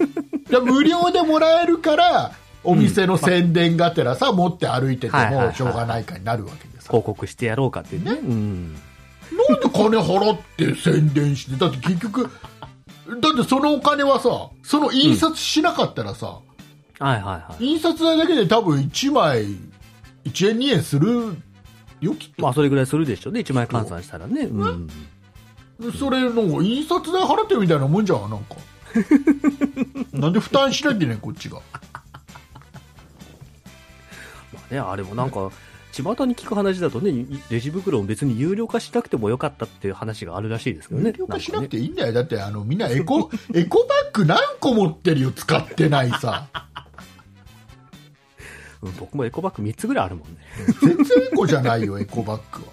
[SPEAKER 2] いや無料でもらえるからお店の宣伝がてらさ、持って歩いてて
[SPEAKER 3] はいはいはいは
[SPEAKER 2] も
[SPEAKER 3] い
[SPEAKER 2] しょうがないかになるわけでさ、
[SPEAKER 3] 広告してやろうかっていうね。うん。
[SPEAKER 2] なんで金払って宣伝してだって結局だってそのお金はさその印刷しなかったらさ、
[SPEAKER 3] はいはいはい。
[SPEAKER 2] 印刷代だけで多分1枚1円2円するよきっと、
[SPEAKER 3] まあそれぐらいするでしょうね。1枚換算したらね。うん。
[SPEAKER 2] それの印刷代払ってるみたいなもんじゃん なんかなんで負担しなきゃいけないこっちが
[SPEAKER 3] まあね、あれもなんか、巷に聞く話だとね、いレジ袋を別に有料化しなくてもよかったっていう話があるらしいですけどね。
[SPEAKER 2] 有料化しなく
[SPEAKER 3] て。
[SPEAKER 2] ていいんだよだってあのみんなエコエコバッグ何個持ってるよ使ってないさ
[SPEAKER 3] うん僕もエコバッグ3つぐらいあるもんね。
[SPEAKER 2] 全然エコじゃないよ、エコバッグは。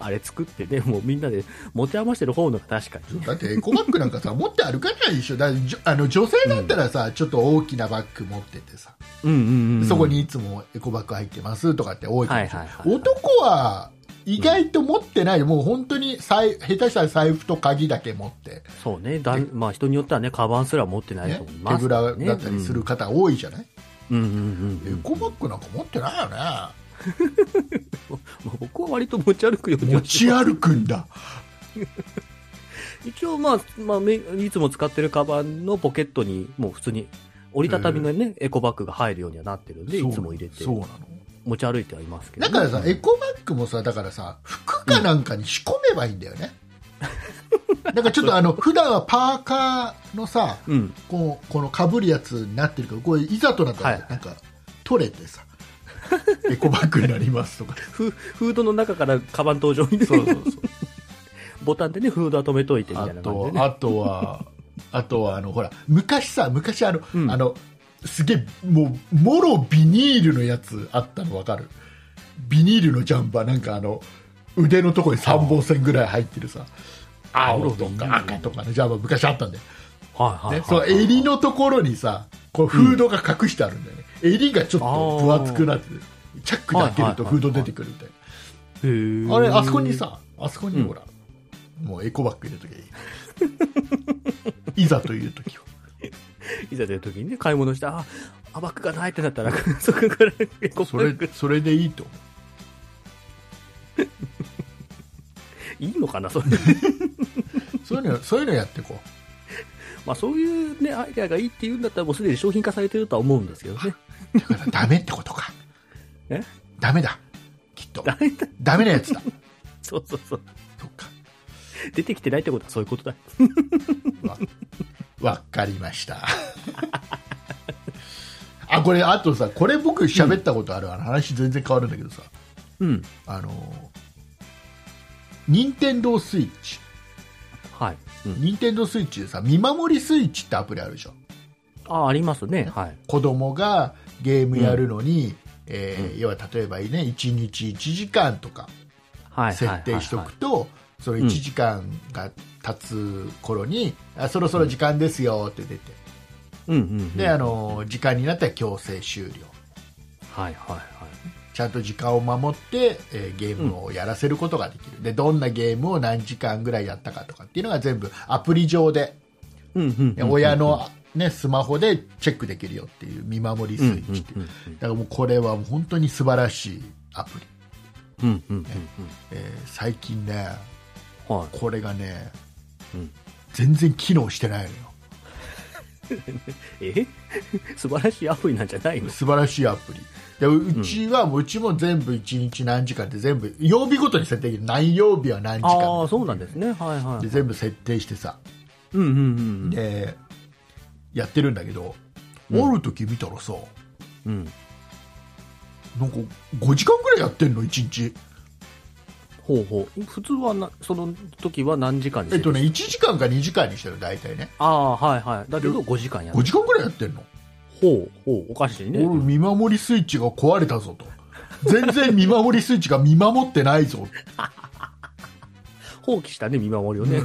[SPEAKER 3] あれ作ってね、もうみんなで持て余してる方のが確かにね。
[SPEAKER 2] だってエコバッグなんかさ、持って歩かないでしょ。だじょあの女性だったらさ、ちょっと大きなバッグ持っててさ、
[SPEAKER 3] うんうんうん。
[SPEAKER 2] そこに。いつもエコバッグ入ってますとかって多いけど、
[SPEAKER 3] はいはいはい。
[SPEAKER 2] 男は意外と持ってない、もう本当に財下手したら財布と鍵だけ持って、
[SPEAKER 3] そうね。だんまあ人によってはね、カバンすら持ってない
[SPEAKER 2] ね
[SPEAKER 3] と思い、ま
[SPEAKER 2] 手
[SPEAKER 3] す。
[SPEAKER 2] ぶらだったりする。方多いじゃない、
[SPEAKER 3] うんうんうんう
[SPEAKER 2] エ
[SPEAKER 3] ん。
[SPEAKER 2] コバッグなんか持ってないよね。
[SPEAKER 3] まあ僕は割と持ち歩くように
[SPEAKER 2] 持
[SPEAKER 3] は
[SPEAKER 2] ち歩くんだ。
[SPEAKER 3] 一応まあ、まあ、めいつも使ってるカバンのポケットにもう普通に折りたたみのね、エコバッグが入るようにはなってるんで、いつも入れて
[SPEAKER 2] そうなの。
[SPEAKER 3] 持ち歩いてはいますけ
[SPEAKER 2] だ
[SPEAKER 3] どね、
[SPEAKER 2] からさ、エコバッグもさ、だからさ、服かなんかに仕込めばいいんだよ ね。なんかちょっとあの、普段はパーカーのさ、
[SPEAKER 3] うん。
[SPEAKER 2] こうこのかぶるやつになってるから、これいざとなったら、
[SPEAKER 3] はい
[SPEAKER 2] なんか取れてさ、エコバッグになりますとか。
[SPEAKER 3] フフードの中からカバン登場みたいな。 ボタンでね、フードは止めといてみた
[SPEAKER 2] あ
[SPEAKER 3] いな感じ
[SPEAKER 2] と
[SPEAKER 3] で、ね。
[SPEAKER 2] あと は、あとは、あの、ほら、昔さ、昔あの、
[SPEAKER 3] うん
[SPEAKER 2] あの、すげえ、もう、もろビニールのやつあったのわかるビニールのジャンバー、なんかあの、腕のとこに3本線ぐらい入ってるさ、青とか赤とかのジャンバー昔あったんだよ。
[SPEAKER 3] はいはい
[SPEAKER 2] ね、
[SPEAKER 3] はい
[SPEAKER 2] そ
[SPEAKER 3] は
[SPEAKER 2] の
[SPEAKER 3] い。
[SPEAKER 2] 襟のところにさ、こうフードが隠してあるんだよね。襟がちょっと分厚くなってて、チャックで開けるとフード出てくるみたいな。
[SPEAKER 3] へー
[SPEAKER 2] あれ、あそこに。さ、あそこにほら、もうエコバッグ入れときゃいい。いざという時は。
[SPEAKER 3] いざという時にね、買い物して、あ、あバッグがないってなったら、 そこからエコバ
[SPEAKER 2] そ
[SPEAKER 3] ッ
[SPEAKER 2] れ
[SPEAKER 3] グ、
[SPEAKER 2] それでいいと思
[SPEAKER 3] いいのかな、それ。
[SPEAKER 2] う。そういうの、そういうのやってこ
[SPEAKER 3] まあそういうね、アイデアがいいっていうんだったら、もうすでに商品化されてるとは思うんですけどね。
[SPEAKER 2] う。だからダメってことか。
[SPEAKER 3] え
[SPEAKER 2] ダメだ。きっと。
[SPEAKER 3] だいたい、
[SPEAKER 2] ダメなやつだ。
[SPEAKER 3] そうそうそう。
[SPEAKER 2] そっか。
[SPEAKER 3] 出てきてないってことはそういうことだ。
[SPEAKER 2] わ、わかりました。あ、これ、あとさ、これ僕喋ったことある。あの話全然変わるんだけどさ、
[SPEAKER 3] うん。
[SPEAKER 2] あの任天堂スイッチ。
[SPEAKER 3] はい。うん、
[SPEAKER 2] 任天堂スイッチでさ、見守りスイッチってアプリあるでしょ。
[SPEAKER 3] あ、ありますね。はい。
[SPEAKER 2] 子供がゲームやるのに、えー要は例えばね1日1時間とか
[SPEAKER 3] はい。
[SPEAKER 2] 設定してお
[SPEAKER 3] はい
[SPEAKER 2] くと、その1時間が経つ頃に、あそろそろ時間ですよって出て、
[SPEAKER 3] はいはい。うんうんうん。
[SPEAKER 2] であの時間になったら強制終了
[SPEAKER 3] はいはいはい。
[SPEAKER 2] ちゃんと時間を守って、えーゲームをやらせることができる、でどんなゲームを何時間ぐらいやったかとかっていうのが全部アプリ上で、
[SPEAKER 3] うんうんうんうん
[SPEAKER 2] ね親の、ね、スマホでチェックできるよっていう見守りスイッチっていう、
[SPEAKER 3] うんうん
[SPEAKER 2] だからもうこれはもう本当に素晴らしいアプリ、
[SPEAKER 3] うんうんうん
[SPEAKER 2] えー最近ね
[SPEAKER 3] うん。はい。
[SPEAKER 2] これがね、
[SPEAKER 3] うん
[SPEAKER 2] 全然機能してないのよ
[SPEAKER 3] え 素晴らしいアプリなんじゃないの
[SPEAKER 2] 素晴らしいアプリでううちはもううちも全部1日何時間って全部曜日ごとに設定できる何曜日は何時
[SPEAKER 3] あ
[SPEAKER 2] 間
[SPEAKER 3] あ、そうなんですね。はいは
[SPEAKER 2] で
[SPEAKER 3] い。
[SPEAKER 2] 全部設定してさ
[SPEAKER 3] うんうんうん。
[SPEAKER 2] でやってるんだけど、
[SPEAKER 3] うん
[SPEAKER 2] ある時見たらさ
[SPEAKER 3] うん。
[SPEAKER 2] なんか5時間ぐらいやってんの1日
[SPEAKER 3] ほうほう。普通はな、その時は何時間に
[SPEAKER 2] えっとね。1時間か2時間にしてる大体ね
[SPEAKER 3] ああ、はいはい。だけど5時間やる
[SPEAKER 2] 5時間ぐらいやってんの
[SPEAKER 3] ほうほう。おかしいね。
[SPEAKER 2] 俺見守りスイッチが壊れたぞと全然見守りスイッチが見守ってないぞ
[SPEAKER 3] 放棄したね、見守りをね。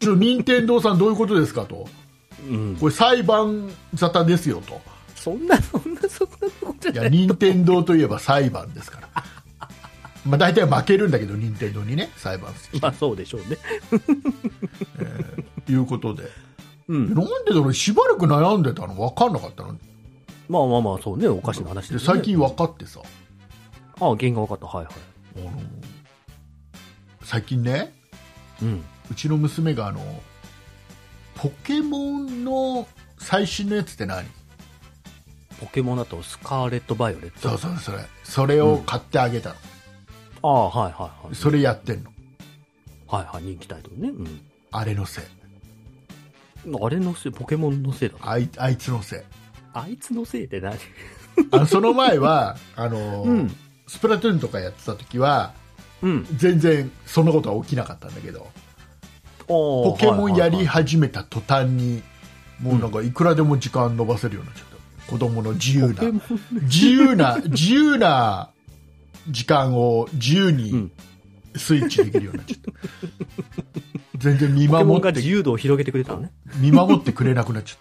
[SPEAKER 2] ちょ任天堂さんどういうことですかと
[SPEAKER 3] うん。
[SPEAKER 2] これ裁判沙汰ですよと
[SPEAKER 3] そんな、そんな、そんなことじゃ
[SPEAKER 2] い
[SPEAKER 3] ない。
[SPEAKER 2] や任天堂といえば裁判ですからまあ大体負けるんだけど任天堂にね裁判する
[SPEAKER 3] まあそうでしょうね。
[SPEAKER 2] ということで
[SPEAKER 3] うん。
[SPEAKER 2] なんでだろうしばらく悩んでたの分かんなかったの
[SPEAKER 3] まあまあまあ、そうね。おかしな話
[SPEAKER 2] で
[SPEAKER 3] です、ね。
[SPEAKER 2] 最近分かってさ
[SPEAKER 3] ああ、原画分かった。はいは
[SPEAKER 2] あの最近ね
[SPEAKER 3] い。うん。
[SPEAKER 2] うちの娘があのポケモンの最新のやつって何
[SPEAKER 3] ポケモンだとスカーレット・バイオレット。
[SPEAKER 2] そうそうそれそれを買ってあげたの、
[SPEAKER 3] ああ、はいはいはい。
[SPEAKER 2] それやってんの
[SPEAKER 3] はいはい、人気タイトルね。う
[SPEAKER 2] あれのせい
[SPEAKER 3] ん。あれのせい、ポケモンのせいだ。
[SPEAKER 2] あいあいつのせい
[SPEAKER 3] あいつのせいって何
[SPEAKER 2] あのその前 はあの、
[SPEAKER 3] うん
[SPEAKER 2] スプラトゥーンとかやってた時は
[SPEAKER 3] うん。
[SPEAKER 2] 全然そんなことは起きなかったんだけど
[SPEAKER 3] ポ
[SPEAKER 2] ポケモンやり
[SPEAKER 3] はいはいはい
[SPEAKER 2] 始めた途端にもうなんかいくらでも時間伸ばせるようになっちゃった、子供の自由な自由な自由な時間を自由
[SPEAKER 3] う
[SPEAKER 2] に
[SPEAKER 3] ん
[SPEAKER 2] スイッチできるようになっちゃった、全然見
[SPEAKER 3] ポケモ
[SPEAKER 2] 守
[SPEAKER 3] ンが
[SPEAKER 2] っ
[SPEAKER 3] 自
[SPEAKER 2] て
[SPEAKER 3] 由度を広げてくれたのね。
[SPEAKER 2] 見守ってくれなくなっち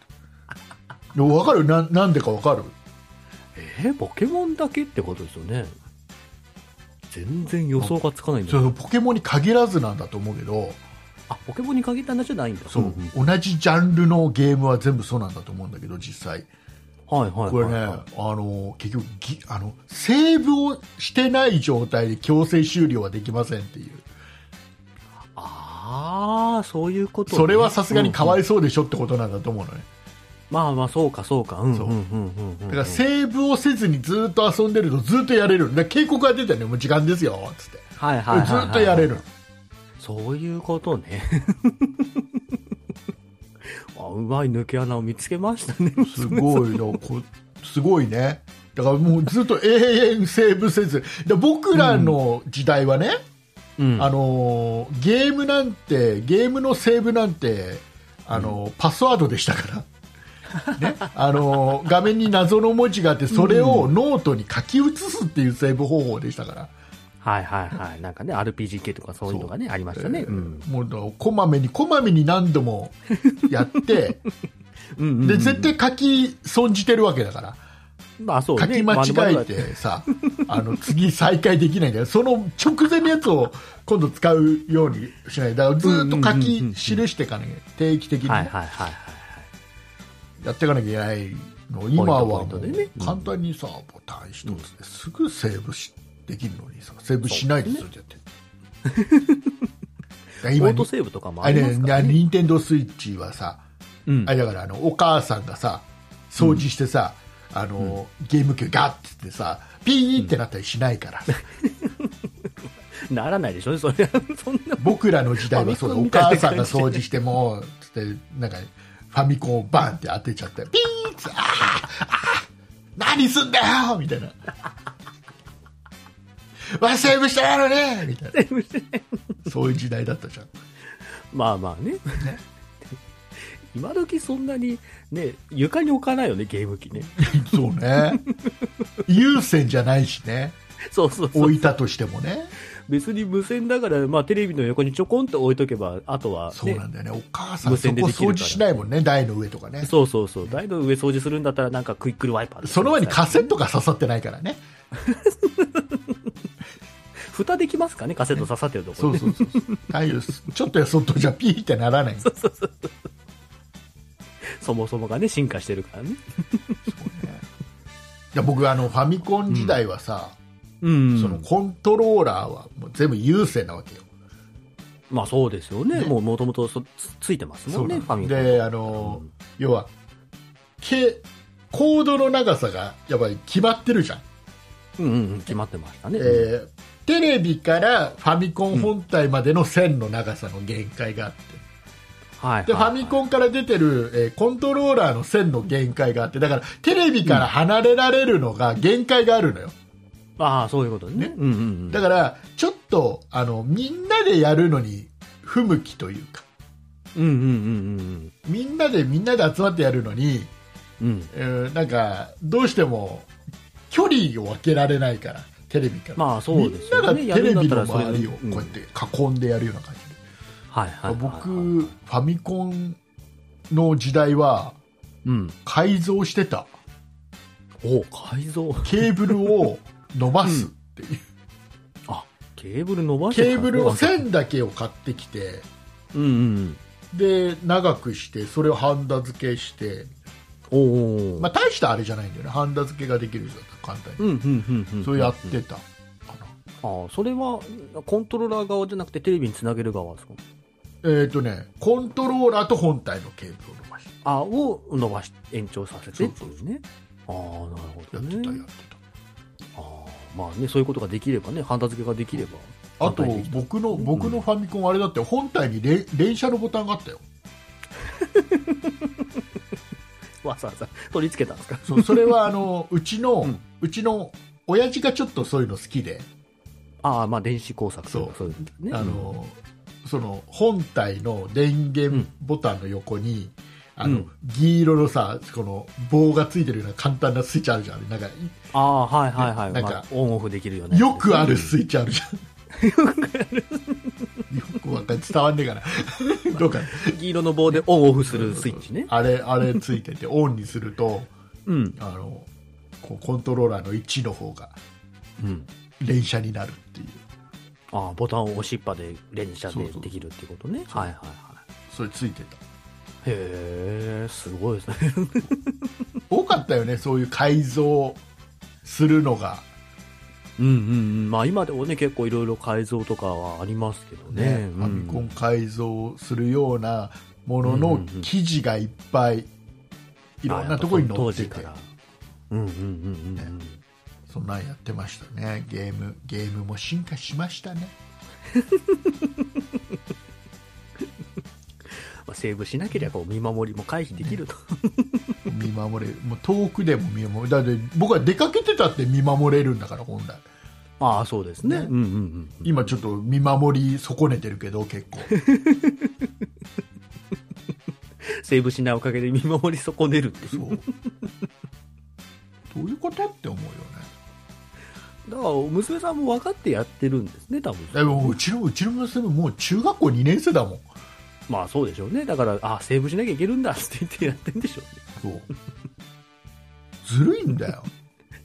[SPEAKER 2] ゃったでも分かるななんでか分かる
[SPEAKER 3] えーポケモンだけってことですよね。全然予想がつかないんだ
[SPEAKER 2] そ
[SPEAKER 3] よ。
[SPEAKER 2] うポケモンに限らずなんだと思うけど
[SPEAKER 3] あ、ポケモンに限ったんじゃないんだ。
[SPEAKER 2] そう、
[SPEAKER 3] んん
[SPEAKER 2] 同じジャンルのゲームは全部そうなんだと思うんだけど実際
[SPEAKER 3] はいはいはいはい。
[SPEAKER 2] これね、あの結局ぎあの、セーブをしてない状態で強制終了はできませんっていう、
[SPEAKER 3] ああ、そういうこと、ね。
[SPEAKER 2] それはさすがにかわ
[SPEAKER 3] い、
[SPEAKER 2] いそうでしょってことなんだと思うのね、
[SPEAKER 3] まあまあ、そうかそうか。うんうん
[SPEAKER 2] そう
[SPEAKER 3] うんうんうん。
[SPEAKER 2] だからセーブをせずにずっと遊んでると、ずっとやれる、だから警告が出たよね、もう時間ですよっつって、
[SPEAKER 3] はいはいはいはい、
[SPEAKER 2] ずっとやれる、
[SPEAKER 3] そういうことね。 あうまい抜け穴を見つけましたね。
[SPEAKER 2] すご いなこすごいね。だからもうずっと永遠セーブせずで僕らの時代はね、
[SPEAKER 3] うん。
[SPEAKER 2] あのーゲームなんてゲームのセーブなんてあのーパスワードでしたから、ね あのー画面に謎の文字があってそれをノートに書き写すっていうセーブ方法でしたから、
[SPEAKER 3] はいはいはい。なんかね、RPG 系とかそういうのがね、ありましたね。うん。
[SPEAKER 2] もうだからこまめにこまめに何度もやって
[SPEAKER 3] うんうんうん
[SPEAKER 2] で絶対書き損じてるわけだから。
[SPEAKER 3] まあそう
[SPEAKER 2] 書
[SPEAKER 3] ね。
[SPEAKER 2] き間違
[SPEAKER 3] ま
[SPEAKER 2] え
[SPEAKER 3] あ
[SPEAKER 2] てさ、あの次再開できないんだよ。その直前のやつを今度使うようにしない。だからずっと書
[SPEAKER 3] うんうんうんうん
[SPEAKER 2] き記していかなきゃ、定期的に
[SPEAKER 3] はい
[SPEAKER 2] ね
[SPEAKER 3] はいはい。
[SPEAKER 2] やっていかなきゃいけないの。今は
[SPEAKER 3] ポイ
[SPEAKER 2] も
[SPEAKER 3] ントポイン
[SPEAKER 2] う
[SPEAKER 3] トでねうん
[SPEAKER 2] 簡単にさ、ボタン一つですぐセーブしできるのにさ、セーブしないでずっとやってる。だから
[SPEAKER 3] オ
[SPEAKER 2] 今
[SPEAKER 3] ートセーブとかも
[SPEAKER 2] あ
[SPEAKER 3] あり
[SPEAKER 2] れ
[SPEAKER 3] ます
[SPEAKER 2] ね、
[SPEAKER 3] から、ね。
[SPEAKER 2] ニンテンドースイッチはさ、
[SPEAKER 3] うん
[SPEAKER 2] あ。れだからあのお母さんがさ掃除してさ、あのゲーム機ガッてってさピーってなったりしない から、
[SPEAKER 3] ならないでしょそれそんな。
[SPEAKER 2] 僕らの時代はそうだ
[SPEAKER 3] ファ
[SPEAKER 2] お
[SPEAKER 3] ミコンみたいな
[SPEAKER 2] 母さんが掃除してもつってなんかファミコンをバンって当てちゃってピーってあーあー何すんだよみたいなわセーブしてないのねみたいなそういう時代だったじゃん
[SPEAKER 3] まあまあね。 今時そんなに、ね、床に置かないよね、ゲー ム機ね。
[SPEAKER 2] そうね優先じゃないしね
[SPEAKER 3] そうそうそう
[SPEAKER 2] 置。いたとしてもね
[SPEAKER 3] 別に無線だから、まあテレビの横にちょこんと置いとけば、あとは、ね、
[SPEAKER 2] そうなんだよね、お母さん、
[SPEAKER 3] 無
[SPEAKER 2] そこ
[SPEAKER 3] 線でできるから
[SPEAKER 2] 掃除しないもんね、台の上とかね、そ
[SPEAKER 3] そうそうそう。台の上掃除するんだったら、なんかクイックルワイパーで
[SPEAKER 2] の前にカセットが刺さってないからね、
[SPEAKER 3] 蓋できますかねカセット刺さってるとこ
[SPEAKER 2] そ
[SPEAKER 3] ろ、
[SPEAKER 2] う
[SPEAKER 3] ね。
[SPEAKER 2] そうそうそう、ああいうちょっとやそっとじゃピーってならない、そう
[SPEAKER 3] そもそもがね、進化してるからね。
[SPEAKER 2] ねいや僕あの、ファミコン時代はさ、
[SPEAKER 3] うん。
[SPEAKER 2] そのコントローラーはもう全部優勢なわけよ、
[SPEAKER 3] まあそうですよね。
[SPEAKER 2] ね
[SPEAKER 3] もうもともとつついてますもんね、フ
[SPEAKER 2] な
[SPEAKER 3] ァミ
[SPEAKER 2] の
[SPEAKER 3] コン。
[SPEAKER 2] であの、要はけ、コードの長さがやっぱり決まってるじゃん。
[SPEAKER 3] うんうんうん、決まってましたね。
[SPEAKER 2] えーテレビからファミコン本体までの線の長さの限界があって、
[SPEAKER 3] はいはいはい。
[SPEAKER 2] でファミ
[SPEAKER 3] ン。
[SPEAKER 2] コンから出てる、えーコントローラーの線の限界があってだからテレビから離れられるのが限界があるのよ
[SPEAKER 3] ああ、そういうことね。
[SPEAKER 2] ね
[SPEAKER 3] うんうんうん。
[SPEAKER 2] だからちょっとあのみんなでやるのに不向きというか
[SPEAKER 3] うんうんうんうん
[SPEAKER 2] みんなでみんなで集まってやるのに、
[SPEAKER 3] うん。うん。
[SPEAKER 2] えーなんかどうしても距離を分けられないからテレビから、
[SPEAKER 3] まあそうですよね。
[SPEAKER 2] みんながテレビの
[SPEAKER 3] や
[SPEAKER 2] 周
[SPEAKER 3] るん
[SPEAKER 2] り
[SPEAKER 3] だ
[SPEAKER 2] をこ
[SPEAKER 3] ったらそれでうん
[SPEAKER 2] うやって囲んでやるような感じで、
[SPEAKER 3] はいはいはいはい。
[SPEAKER 2] 僕ファミコンの時代は
[SPEAKER 3] うん。
[SPEAKER 2] 改造してた
[SPEAKER 3] お改造。
[SPEAKER 2] ケーブルを伸ばすっていう、
[SPEAKER 3] あ、ケーブル伸ばしてた
[SPEAKER 2] ケーブルを線だけを買ってきて
[SPEAKER 3] うんうん。
[SPEAKER 2] で長くしてそれをハンダ付けして、
[SPEAKER 3] おお。
[SPEAKER 2] まあ、大したあれじゃないんだよねハンダ付けができる人だったら簡単に、
[SPEAKER 3] うんうんうんうん。
[SPEAKER 2] それやってたかな、
[SPEAKER 3] ああ、それは、コントローラー側じゃなくてテレビにつなげる側ですか
[SPEAKER 2] えっ、とねコントローラーと本体のケーブルを伸ばして
[SPEAKER 3] ああ、を伸ばし、延長させてっていうね。ああ、なるほ
[SPEAKER 2] や
[SPEAKER 3] ど
[SPEAKER 2] ってたやっ。
[SPEAKER 3] ね
[SPEAKER 2] てた
[SPEAKER 3] ああ、まあね、そういうことができればね、ハンダ付けができれば。
[SPEAKER 2] あと
[SPEAKER 3] 簡単にできた
[SPEAKER 2] 僕の僕のファミコンあれだって本体にれ連射のボタンがあったよ
[SPEAKER 3] わざわざ取り付けたんですか
[SPEAKER 2] そうそれはあのうちの、
[SPEAKER 3] う
[SPEAKER 2] うんちの親父がちょっとそういうの好きで、
[SPEAKER 3] ああ、まあ電子工作とか
[SPEAKER 2] そう
[SPEAKER 3] いうね。
[SPEAKER 2] あのその本体の電源ボタンの横に、あの、
[SPEAKER 3] うん
[SPEAKER 2] 銀色のさこの棒がついてるような簡単なスイッチあるじゃんあれなんか
[SPEAKER 3] ああ、はいはいはい。
[SPEAKER 2] なんか
[SPEAKER 3] まあオンオフできるよね。
[SPEAKER 2] よくあるスイッチあるじゃんよくわかん伝わんねえか などうかな
[SPEAKER 3] 黄色の棒でオンオフするスイッチね。
[SPEAKER 2] あれあれついててオンにすると
[SPEAKER 3] うん。
[SPEAKER 2] あのこうコントローラーの1の方が
[SPEAKER 3] うん。
[SPEAKER 2] 連射になるっていう
[SPEAKER 3] ああ、ボタンを押しっぱで連射
[SPEAKER 2] そうそ
[SPEAKER 3] で
[SPEAKER 2] うそう
[SPEAKER 3] できるっていうことね。はいはいは
[SPEAKER 2] それついてた
[SPEAKER 3] い。へえ、すごいですね。
[SPEAKER 2] 多かったよねそういう改造するのが
[SPEAKER 3] うんうんうん。まあ今でもね、結構いろいろ改造とかはありますけどね。
[SPEAKER 2] ね、
[SPEAKER 3] うん
[SPEAKER 2] ファミコン改造するようなものの記事がいっぱいいろんなところに載って
[SPEAKER 3] あ
[SPEAKER 2] て
[SPEAKER 3] やぱその当時から。うんうんうんうんうん。
[SPEAKER 2] そんなんやってましたねゲームゲームも進化しましたね
[SPEAKER 3] まあ、セーブしなければこう見守りも回避できると。
[SPEAKER 2] 見守れるもう遠くでも見守れるだって僕は出かけてたって見守れるんだから本来
[SPEAKER 3] ああ、そうですね。
[SPEAKER 2] ね
[SPEAKER 3] うんうんうん。
[SPEAKER 2] 今ちょっと見守り損ねてるけど結構
[SPEAKER 3] セーブしないおかげで見守り損ねるって
[SPEAKER 2] そう どういうことって思うよね
[SPEAKER 3] だから娘さんも分かってやってるんですね多分
[SPEAKER 2] でもうちのうちの娘もう中学校2年生だもん
[SPEAKER 3] まあそうでしょうねだからあセーブしなきゃいけるんだって言ってやってんでしょうね
[SPEAKER 2] そうずるいんだよ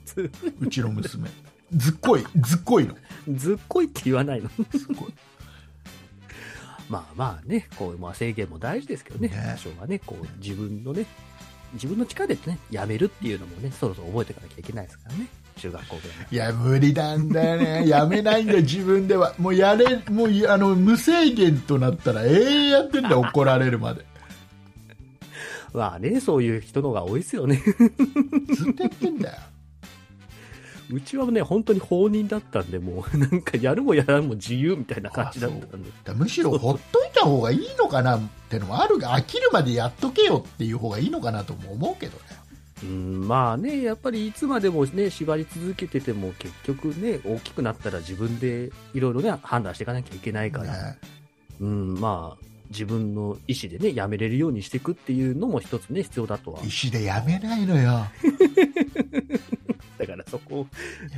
[SPEAKER 3] ず
[SPEAKER 2] うちの娘ずっこいずっこいの
[SPEAKER 3] ずっこいって言わないの
[SPEAKER 2] すっごい
[SPEAKER 3] まあまあねこう、まあ、制限も大事ですけどね
[SPEAKER 2] ね
[SPEAKER 3] 多少はねこう自分のね自分の力でねやめるっていうのもねそろそろ覚えていかなきゃいけないですからね中学校ぐらい
[SPEAKER 2] いや無理なんだよねやめないんだよ自分ではもうやれもういあの無制限となったら永遠やってんだよ怒られるまで
[SPEAKER 3] まあねそういう人の方が多いですよね
[SPEAKER 2] ずっとやってんだよ
[SPEAKER 3] うちはね本当に放任だったんでもうなんかやるもやらんも自由みたいな感じだったんで
[SPEAKER 2] だむしろほっといた方がいいのかなってのもあるが飽きるまでやっとけよっていう方がいいのかなとも思うけどね
[SPEAKER 3] うんまあね、やっぱりいつまでもね、縛り続けてても結局ね、大きくなったら自分でいろいろね、判断していかなきゃいけないから、
[SPEAKER 2] ね
[SPEAKER 3] うん、まあ、自分の意思でね、やめれるようにしていくっていうのも一つね、必要だとは。
[SPEAKER 2] 石でやめないのよ
[SPEAKER 3] だからそこを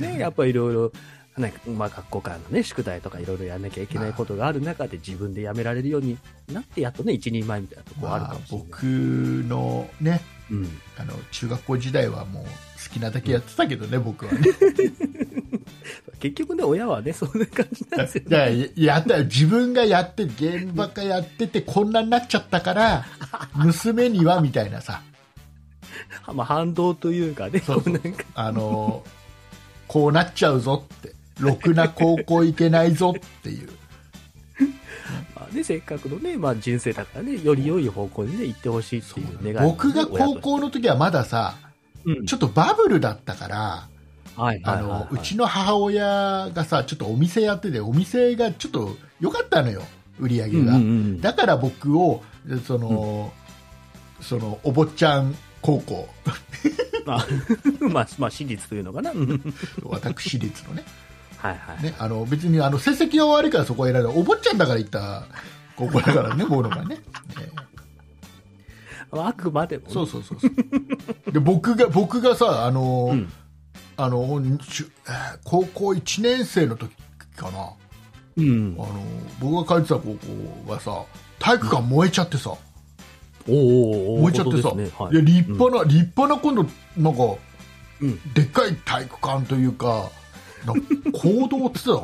[SPEAKER 3] ね、やっぱりいろいろ、なんかまあ学校からのね、宿題とかいろいろやらなきゃいけないことがある中で自分でやめられるようになって、やっとね、一人前みたいなところあるか
[SPEAKER 2] まあ
[SPEAKER 3] もしれない。
[SPEAKER 2] 僕のね
[SPEAKER 3] うん
[SPEAKER 2] あの中学校時代はもう好きなだけやってたけどね、僕はね
[SPEAKER 3] 結局ね、親はね、そんな感じなんですよね。
[SPEAKER 2] だからややった自分がやってゲームばっかやっててこんなになっちゃったから 娘にはみたいなさ
[SPEAKER 3] まあ反動というかね、
[SPEAKER 2] そうそう
[SPEAKER 3] こうなんか
[SPEAKER 2] あのこうなっちゃうぞってろくな高校行けないぞって いう
[SPEAKER 3] まあね、せっかくのね、まあ人生だからね、より良い方向にね、行ってほしいっていう願い、
[SPEAKER 2] 僕が高、校の時はまださ
[SPEAKER 3] うん、
[SPEAKER 2] ちょっとバブルだったから
[SPEAKER 3] はいはい
[SPEAKER 2] あ
[SPEAKER 3] はいはい、
[SPEAKER 2] のうちの母親がさちょっとお店やっててお店がちょっと良かったのよ売り上げが。
[SPEAKER 3] うんうんうん
[SPEAKER 2] だから僕をその、そのお坊ちゃん高校
[SPEAKER 3] まあ、 まあ、まあ、真実というのかな。うん
[SPEAKER 2] 私立のね
[SPEAKER 3] はいはい。
[SPEAKER 2] ねあの別にあの成績が悪いからそこは選んだお坊ちゃんだから行った高校だから ね僕のがねね
[SPEAKER 3] まああくまでもね、
[SPEAKER 2] そうそうそうそう で僕が僕がさあの、
[SPEAKER 3] うん
[SPEAKER 2] あのしゅえー高校1年生の時かな
[SPEAKER 3] うん
[SPEAKER 2] あ。の僕が通ってた高校がさ体育館燃えちゃってさ、
[SPEAKER 3] おおお
[SPEAKER 2] 燃えちゃってさ、
[SPEAKER 3] 本当ですねはい
[SPEAKER 2] い、や立派な、立派な今度なんか、
[SPEAKER 3] うん
[SPEAKER 2] でっかい体育館というかなんか行動って言ってたか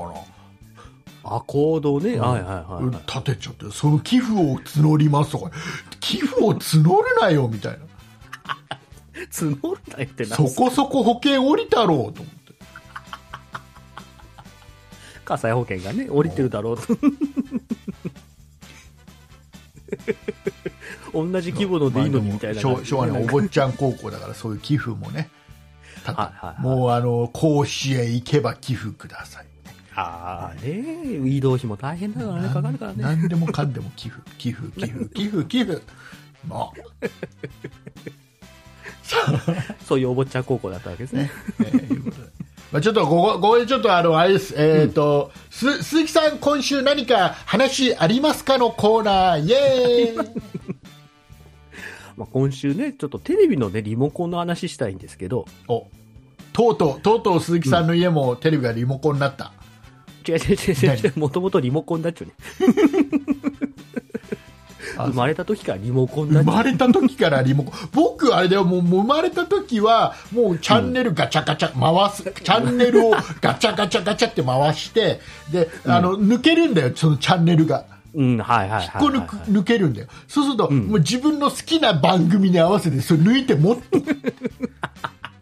[SPEAKER 3] あ、行動ね。はいはい
[SPEAKER 2] な、
[SPEAKER 3] はいはい。
[SPEAKER 2] 建てちゃってその寄付を募りますとか寄付を募るなよみたい
[SPEAKER 3] 募るなよって
[SPEAKER 2] な
[SPEAKER 3] な
[SPEAKER 2] そこそこ保険降りたろうと思って
[SPEAKER 3] 火災保険がね、降りてるだろ うと。同じ規模のでいいのにみたいな
[SPEAKER 2] まあで
[SPEAKER 3] 感
[SPEAKER 2] も
[SPEAKER 3] じ
[SPEAKER 2] 昭
[SPEAKER 3] で
[SPEAKER 2] 和の
[SPEAKER 3] ね。
[SPEAKER 2] お坊ちゃん高校だからそういう寄付もねた
[SPEAKER 3] はいはいはい
[SPEAKER 2] もうあの甲子園行けば寄付ください
[SPEAKER 3] ああ、ね移動費も大変だからね、かかるからね。
[SPEAKER 2] 何でもかんでも寄付寄付寄付寄付寄付も う
[SPEAKER 3] そういうお坊ちゃん高校だったわけですね。
[SPEAKER 2] えーいうことでまあちょっとここ、ここでちょっとあの、あれです、えっ、と、す、鈴木さん、今週何か話ありますかのコーナー、イエーイ
[SPEAKER 3] ままあ、今週ね、ちょっとテレビのね、リモコンの話したいんですけど、
[SPEAKER 2] おとうとうとうとう鈴木さんの家もテレビがリモコンになった、
[SPEAKER 3] 違う違う違う違う、もともとリモコンだっちゅうね。
[SPEAKER 2] あ
[SPEAKER 3] 生まれた時からリモコンだ
[SPEAKER 2] 生
[SPEAKER 3] っちゅう。
[SPEAKER 2] まれた時からリモコン僕あれだよもうもう生まれた時はもうチャンネルガチャガチャ回す、チャンネルをガチャガチャガチャって回してであの、抜けるんだよそのチャンネルが。
[SPEAKER 3] うん、はいはいはい
[SPEAKER 2] こ
[SPEAKER 3] はい
[SPEAKER 2] れ
[SPEAKER 3] はい、
[SPEAKER 2] 抜抜けるんだよ、そうすると、もう自分の好きな番組に合わせてそれ抜いてもっ と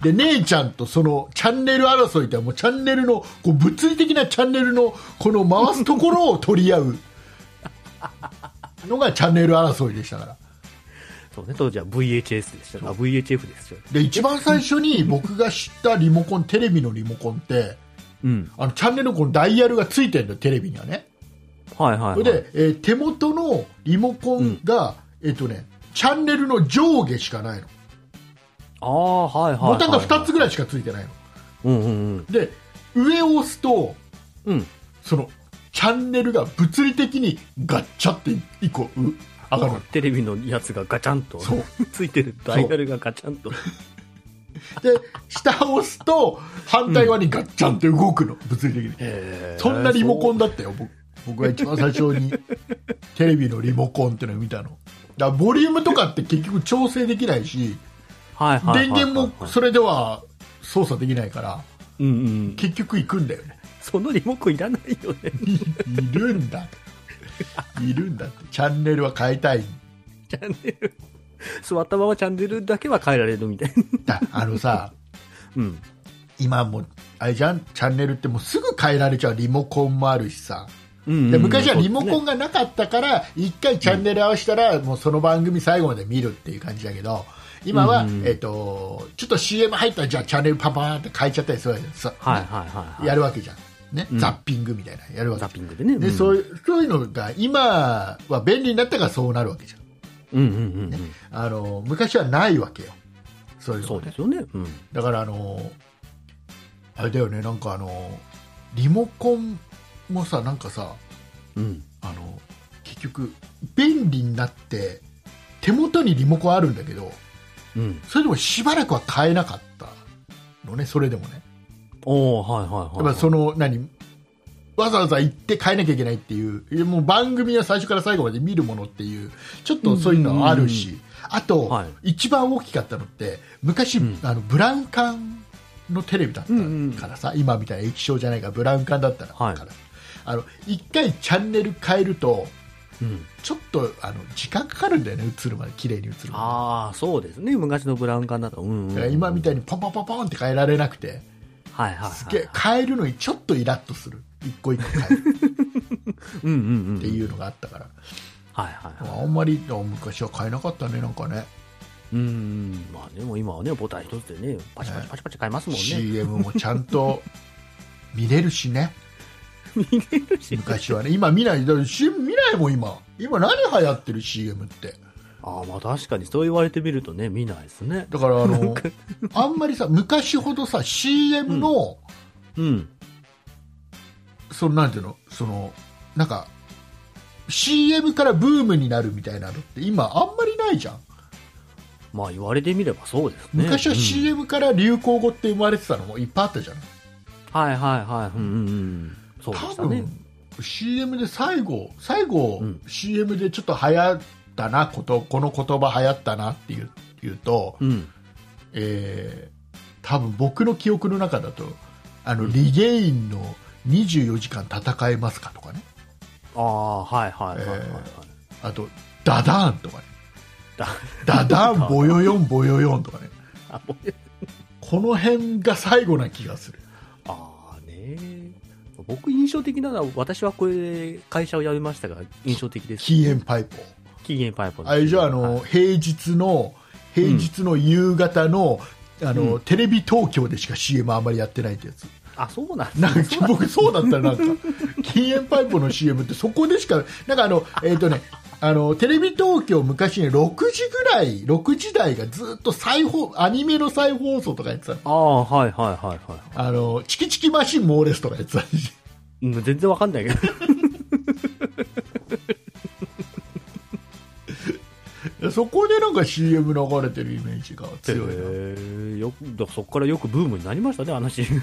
[SPEAKER 2] で姉ちゃんとそのチャンネル争いってもうチャンネルのこう物理的なチャンネルのこの回すところを取り合うのがチャンネル争いでしたから
[SPEAKER 3] そうね、当時は VHS でしたね。あ、VHF ですよね。
[SPEAKER 2] で一番最初に僕が知ったリモコンテレビのリモコンって
[SPEAKER 3] うん。
[SPEAKER 2] あのチャンネルのこのダイヤルがついてるんだよテレビにはね
[SPEAKER 3] はいはい、はい。
[SPEAKER 2] それで、えー手元のリモコンが、えっとねチャンネルの上下しかないの
[SPEAKER 3] ああ、はいはいはい、
[SPEAKER 2] ボタンが2つぐらいしかついてないの。
[SPEAKER 3] うんうん
[SPEAKER 2] で、上を押すと、
[SPEAKER 3] うん。うん。
[SPEAKER 2] その、チャンネルが物理的にガッチャって1個う上がるの。
[SPEAKER 3] テレビのやつがガチャンと
[SPEAKER 2] そう
[SPEAKER 3] ついてるダイヤルがガチャンと
[SPEAKER 2] で、下を押すと、反対側にガッチャンって動くの、物理的に。 そんなリモコンだったよ、僕。僕が一番最初 に、テレビのリモコンっていうのを見たの。だからボリュームとかって結局調整できないし、
[SPEAKER 3] はいはいはいはい
[SPEAKER 2] 電源もそれでは操作できないから、
[SPEAKER 3] うんうん
[SPEAKER 2] 結局行くんだよね。
[SPEAKER 3] そのリモコンいらないよね
[SPEAKER 2] いるんだいるんだってチャンネルは変えたいん
[SPEAKER 3] チャンネル座ったままチャンネルだけは変えられるみたいな
[SPEAKER 2] だあのさ
[SPEAKER 3] うん
[SPEAKER 2] 今もうあれじゃんチャンネルってもうすぐ変えられちゃうリモコンもあるしさ
[SPEAKER 3] うんうん
[SPEAKER 2] で昔はリモコ
[SPEAKER 3] ン
[SPEAKER 2] ンがなかったから一回チャンネル合わせたらもうその番組最後まで見るっていう感じだけど今は、
[SPEAKER 3] うん
[SPEAKER 2] えっとちょっと CM 入ったらじゃあチャンネルパパーンって変えちゃったりするわけです
[SPEAKER 3] はいはいはい
[SPEAKER 2] や
[SPEAKER 3] る
[SPEAKER 2] るわけじゃん、ね
[SPEAKER 3] うん
[SPEAKER 2] ザッピングみたいなやるわけ
[SPEAKER 3] ザッピングでね
[SPEAKER 2] で、
[SPEAKER 3] うん
[SPEAKER 2] そういうそういうのが今は便利になったからそうなるわけじゃん
[SPEAKER 3] うんうんうんうん
[SPEAKER 2] あの昔はないわけよそういうの
[SPEAKER 3] そう
[SPEAKER 2] ね
[SPEAKER 3] ですよねうん
[SPEAKER 2] だからあのあれだよねなんかあのリモコンもさなんかさ
[SPEAKER 3] うん
[SPEAKER 2] あの結局便利になって手元にリモコンあるんだけど
[SPEAKER 3] うん
[SPEAKER 2] それでもしばらくは買えなかったのねそれでもね
[SPEAKER 3] おーはいはい
[SPEAKER 2] や
[SPEAKER 3] は
[SPEAKER 2] っ
[SPEAKER 3] いは
[SPEAKER 2] ぱ
[SPEAKER 3] い
[SPEAKER 2] その何わざわざ行って買えなきゃいけないっていういやもう番組は最初から最後まで見るものっていうちょっとそういうのはあるし、
[SPEAKER 3] うん
[SPEAKER 2] あと、
[SPEAKER 3] はい
[SPEAKER 2] 一番大きかったのって昔、
[SPEAKER 3] うん
[SPEAKER 2] あのブラウン管のテレビだったからさ、今みたいな液晶じゃないからブラウン管だったから、
[SPEAKER 3] はい
[SPEAKER 2] あの一回チャンネル変えると
[SPEAKER 3] うん
[SPEAKER 2] ちょっとあの時間かかるんだよね映るまで綺麗に映るまで
[SPEAKER 3] ああそうですね昔のブラウン管だとうんうん
[SPEAKER 2] だから今みたい
[SPEAKER 3] に
[SPEAKER 2] にポンポンポンポンって変えられなくて
[SPEAKER 3] はいはいはい
[SPEAKER 2] すげえ変えるのにちょっとイラッとする一個一個変える
[SPEAKER 3] うんうんうん
[SPEAKER 2] っていうのがあったから、
[SPEAKER 3] はいはいはい
[SPEAKER 2] あんまりあ昔は買えなかったねなんかね
[SPEAKER 3] うんまあでも今はねボタン一つでねパチパチパチパチ買えますもんね
[SPEAKER 2] CM もちゃんと見れるし ね
[SPEAKER 3] 見れるし
[SPEAKER 2] 昔はね今見ないだから CM 見ないもん今今何流行ってる CM って
[SPEAKER 3] ああまあ確かにそう言われてみるとね見ないですね
[SPEAKER 2] だからあのあんまりさ昔ほどさ CM の、
[SPEAKER 3] うん
[SPEAKER 2] そのなんていうのそのなんか CM からブームになるみたいなのって今あんまりないじゃん
[SPEAKER 3] まあ言われてみればそうですね
[SPEAKER 2] 昔は
[SPEAKER 3] うん
[SPEAKER 2] CM から流行語って生まれてたのもいっぱいあったじゃない
[SPEAKER 3] はいはいはいうんうんうんそうでし
[SPEAKER 2] 多
[SPEAKER 3] たね
[SPEAKER 2] 分 CM で最後最後、
[SPEAKER 3] うん
[SPEAKER 2] CM でちょっと流行ったなことこの言葉流行ったなっていう言うと、
[SPEAKER 3] うん
[SPEAKER 2] えー多分僕の記憶の中だとあの、リゲインの24時間戦えますかとかね
[SPEAKER 3] ああはいはいはいはいはい、
[SPEAKER 2] あとダダーンとかね
[SPEAKER 3] だ
[SPEAKER 2] ダダーンボヨヨンボヨヨンとかね
[SPEAKER 3] あもう
[SPEAKER 2] この辺が最後な気がする
[SPEAKER 3] ああね僕印象的なのは私はこれ会社を辞めましたが印象的です
[SPEAKER 2] 禁煙パイプを
[SPEAKER 3] 期限パイプの
[SPEAKER 2] あれじゃああの、
[SPEAKER 3] はい
[SPEAKER 2] 平日の平日の夕方の,、あの
[SPEAKER 3] うん
[SPEAKER 2] テレビ東京でしか CM あんまりやってないってやつ
[SPEAKER 3] あそうなんですね
[SPEAKER 2] なんか僕そうだったらなんか禁煙パイプの CM ってそこでしかなんかあのえっ、とねあのテレビ東京昔ね6時ぐらい6時台がずっと再放アニメの再放送とかやってたの
[SPEAKER 3] ああはいはいはいはい
[SPEAKER 2] あのチキチキマシンモーレスとかやってたし
[SPEAKER 3] うん、全然わかんないけど。
[SPEAKER 2] でそこでなんか CM 流れてるイメージが強いな、
[SPEAKER 3] へーよくだそこからよくブームになりましたね、話。
[SPEAKER 2] はい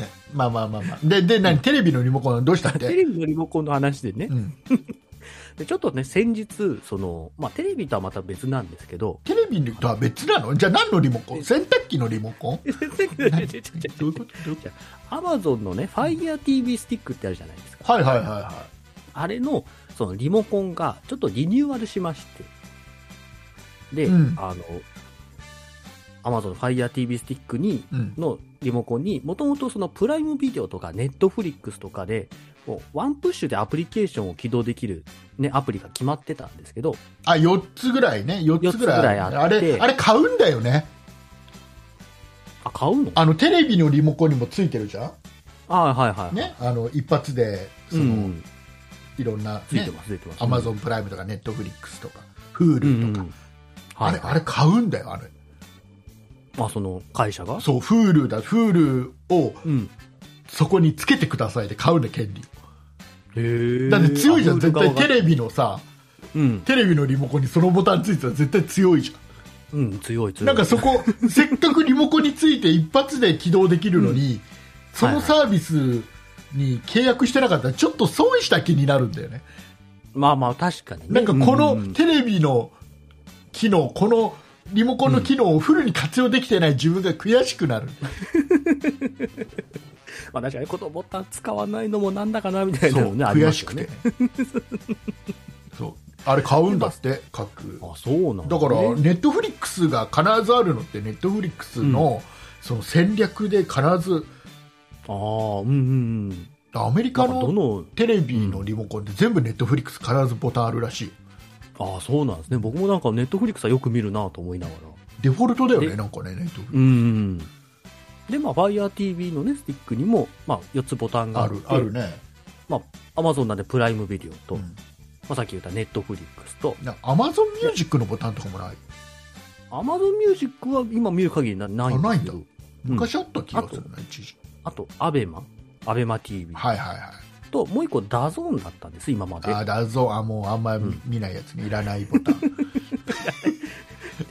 [SPEAKER 2] ねまあまあまあまあでで何テレビのリモコンどうしたっ
[SPEAKER 3] テ
[SPEAKER 2] て、
[SPEAKER 3] レビのリモコンの話でね
[SPEAKER 2] う、ん、
[SPEAKER 3] でちょっとね、先日、その、まあ、テレビとはまた別なんですけど、
[SPEAKER 2] テレビとは別なのじゃあ何のリモコン洗濯機のリモコ ン何どういうことどういうこ
[SPEAKER 3] アマゾンのね、FireTV スティックってあるじゃないですか。
[SPEAKER 2] とはいはいはいは
[SPEAKER 3] あれの、そのリモコンが、ちょっとリニューアルしまして。で、
[SPEAKER 2] うん
[SPEAKER 3] あの、アマゾン FireTV スティックに、
[SPEAKER 2] い、うん、
[SPEAKER 3] のリモコンに、もともとそのプライムビデオとかネットフリックスとかで、もうワンプッシュでアプリケーションを起動できる、ね、アプリが決まってたんですけど、
[SPEAKER 2] あ4つぐらいね4つぐらい
[SPEAKER 3] 四つぐらいあって
[SPEAKER 2] あれあれ買うんだよね
[SPEAKER 3] あ、買うの
[SPEAKER 2] あのテレビのリモコンにもついてるじゃ
[SPEAKER 3] あはいはいはい。
[SPEAKER 2] ん、ね、あの一発でそうの、
[SPEAKER 3] ん。
[SPEAKER 2] いろんな、
[SPEAKER 3] つい
[SPEAKER 2] ね
[SPEAKER 3] て、ます、ついてます。
[SPEAKER 2] アマゾンプライムとかネットフリックスとか Hulu とか、
[SPEAKER 3] うんうん
[SPEAKER 2] あ
[SPEAKER 3] は
[SPEAKER 2] れ
[SPEAKER 3] い。
[SPEAKER 2] あれ買うんだよあれ
[SPEAKER 3] まあ、その会社が
[SPEAKER 2] そう Hulu だ Hulu を
[SPEAKER 3] うん。
[SPEAKER 2] そこにつけてくださいで買うんだ権利
[SPEAKER 3] へえ
[SPEAKER 2] だって強いじゃん絶対テ
[SPEAKER 3] ビ。
[SPEAKER 2] レビのさ
[SPEAKER 3] うん。
[SPEAKER 2] テレビのリモコンにそのボタンついてたら絶対強いじゃ
[SPEAKER 3] うん、強い強
[SPEAKER 2] ん
[SPEAKER 3] い。
[SPEAKER 2] なんかそ こせっかくリモコンについて一発で起動できるのに、そのサービスに契約してなかったらちょっと損した気になるんだよね
[SPEAKER 3] まあまあ、確かにね。
[SPEAKER 2] なんかこ
[SPEAKER 3] うんう
[SPEAKER 2] の
[SPEAKER 3] ん
[SPEAKER 2] テレビの機能、このリモコンの機能をフルに活用できてない自分が悔しくな る、
[SPEAKER 3] まあ、確かにこのボタン使わないのもなんだかな、みたいなのね、あり
[SPEAKER 2] 悔
[SPEAKER 3] ます
[SPEAKER 2] し
[SPEAKER 3] よ
[SPEAKER 2] く
[SPEAKER 3] ね
[SPEAKER 2] て。そうあれ買うんだって各
[SPEAKER 3] あ、そうなん
[SPEAKER 2] だから
[SPEAKER 3] ね
[SPEAKER 2] ネットフリックスが必ずあるのってネットフリックスのその戦略で必ず
[SPEAKER 3] ああ、うんうんうん。
[SPEAKER 2] アメリカ
[SPEAKER 3] なんか
[SPEAKER 2] の
[SPEAKER 3] どの、
[SPEAKER 2] テレビのリモコンって全部ネットフリックス必ずボタンあるらしい
[SPEAKER 3] ああ、そうなんですね。僕もなんかネットフリックスはよく見るなと思いながら。
[SPEAKER 2] デフォルトだよね
[SPEAKER 3] で
[SPEAKER 2] なんかねネットフリ
[SPEAKER 3] うんうん。で、まあ、FireTV のね、スティックにも、まあ、4つボタンが
[SPEAKER 2] あ
[SPEAKER 3] あって
[SPEAKER 2] る、あるね、
[SPEAKER 3] まあ、Amazon なんでプライムビデオと、
[SPEAKER 2] う
[SPEAKER 3] ま
[SPEAKER 2] ん、
[SPEAKER 3] あ、さっき言ったネットフリックスと、
[SPEAKER 2] なんかアマゾンミュージックのボタンとかもない
[SPEAKER 3] Amazon ミュージックは今見る限りなないんですけ
[SPEAKER 2] あな
[SPEAKER 3] ど、うん
[SPEAKER 2] 昔あった気がするな、一時
[SPEAKER 3] あと、ABEMA、ABEMATV
[SPEAKER 2] はいはいはい
[SPEAKER 3] と、もう一個ダゾーンだったんです、今まで。
[SPEAKER 2] あだぞあもうあんまり
[SPEAKER 3] うん
[SPEAKER 2] 見ないやつね、いらない ボタン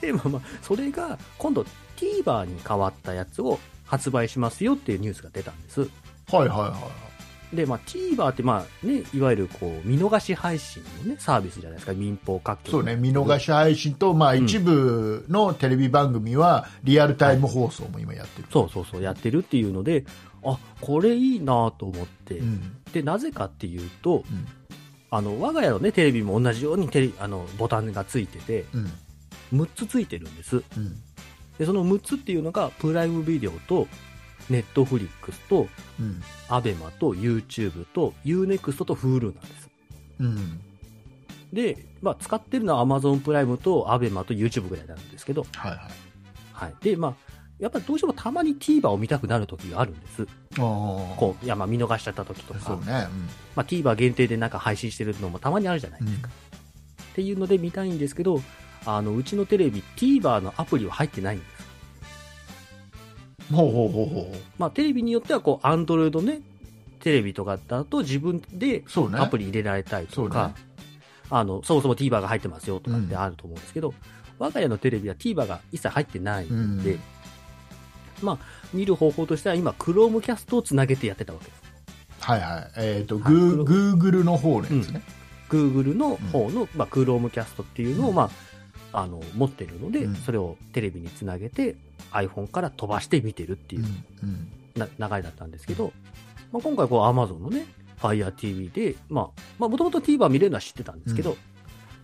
[SPEAKER 3] で、まあまあ、それが今度 TVer に変わったやつを発売しますよっていうニュースが出たんです。
[SPEAKER 2] はいはいは
[SPEAKER 3] で、まあ、TVer って、まあね、いわゆるこう、見逃し配信のね、サービスじゃないですか、民放各
[SPEAKER 2] い
[SPEAKER 3] 局。
[SPEAKER 2] そうね見逃し配信と、まあ、
[SPEAKER 3] うん
[SPEAKER 2] 一部のテレビ番組はリアルタイム放送も今やってる、
[SPEAKER 3] そうそうそう、やってるっていうので、あ、これいいなと思って、
[SPEAKER 2] うん
[SPEAKER 3] で、なぜかっていうと、
[SPEAKER 2] うん
[SPEAKER 3] あの、我が家のね、テレビも同じようにテレビ、あの、ボタンがついてて、
[SPEAKER 2] うん
[SPEAKER 3] 6つついてるんです。
[SPEAKER 2] うん
[SPEAKER 3] で、その6つっていうのが、プライムビデオと、ネットフリックスと、
[SPEAKER 2] うん
[SPEAKER 3] アベマと YouTube と UNEXT と Hulu なんです。
[SPEAKER 2] うん
[SPEAKER 3] で、まあ、使ってるのは Amazon プライムと ABEMA と YouTube ぐらいなんですけど、
[SPEAKER 2] はいはい
[SPEAKER 3] はい。で、まあ、やっぱどうしてもたまに TVer を見たくなる時があるんです。
[SPEAKER 2] ああ
[SPEAKER 3] こう、いや、まあ見逃しちゃった時とか、
[SPEAKER 2] そうね、
[SPEAKER 3] まあ TVer 限定でなんか配信してるのもたまにあるじゃない、
[SPEAKER 2] うん
[SPEAKER 3] っ
[SPEAKER 2] うん、
[SPEAKER 3] ていうので見たいんですけど、あの、うちのテレビ TVer のアプリは入ってないんです。
[SPEAKER 2] ほうほうほうほう
[SPEAKER 3] まあテレビによってはこう、Android のね、テレビとかだと自分で
[SPEAKER 2] そうね
[SPEAKER 3] アプリ入れられたりとか、あの、そもそも TVer が入ってますよとかってあると思うんですけど、我が家のテレビは TVer が一切入ってないんで、
[SPEAKER 2] うん
[SPEAKER 3] まあ、見る方法としては今、Chromecast をつなげてやってたわけです。
[SPEAKER 2] はいはいえっ、と
[SPEAKER 3] はい
[SPEAKER 2] グーグーグルの方のやつね、
[SPEAKER 3] Google の方の、まあ、Chromecast っていうのを、
[SPEAKER 2] うん
[SPEAKER 3] まあ、あの、持ってるので、
[SPEAKER 2] うん
[SPEAKER 3] それをテレビにつなげて、iPhone から飛ばして見てるって
[SPEAKER 2] う
[SPEAKER 3] いうん
[SPEAKER 2] うん
[SPEAKER 3] な流れだったんですけど、まあ、今回こう Amazon のね、FireTV で、まあ、まあ、もともと TVer 見れるのは知ってたんですけど、
[SPEAKER 2] う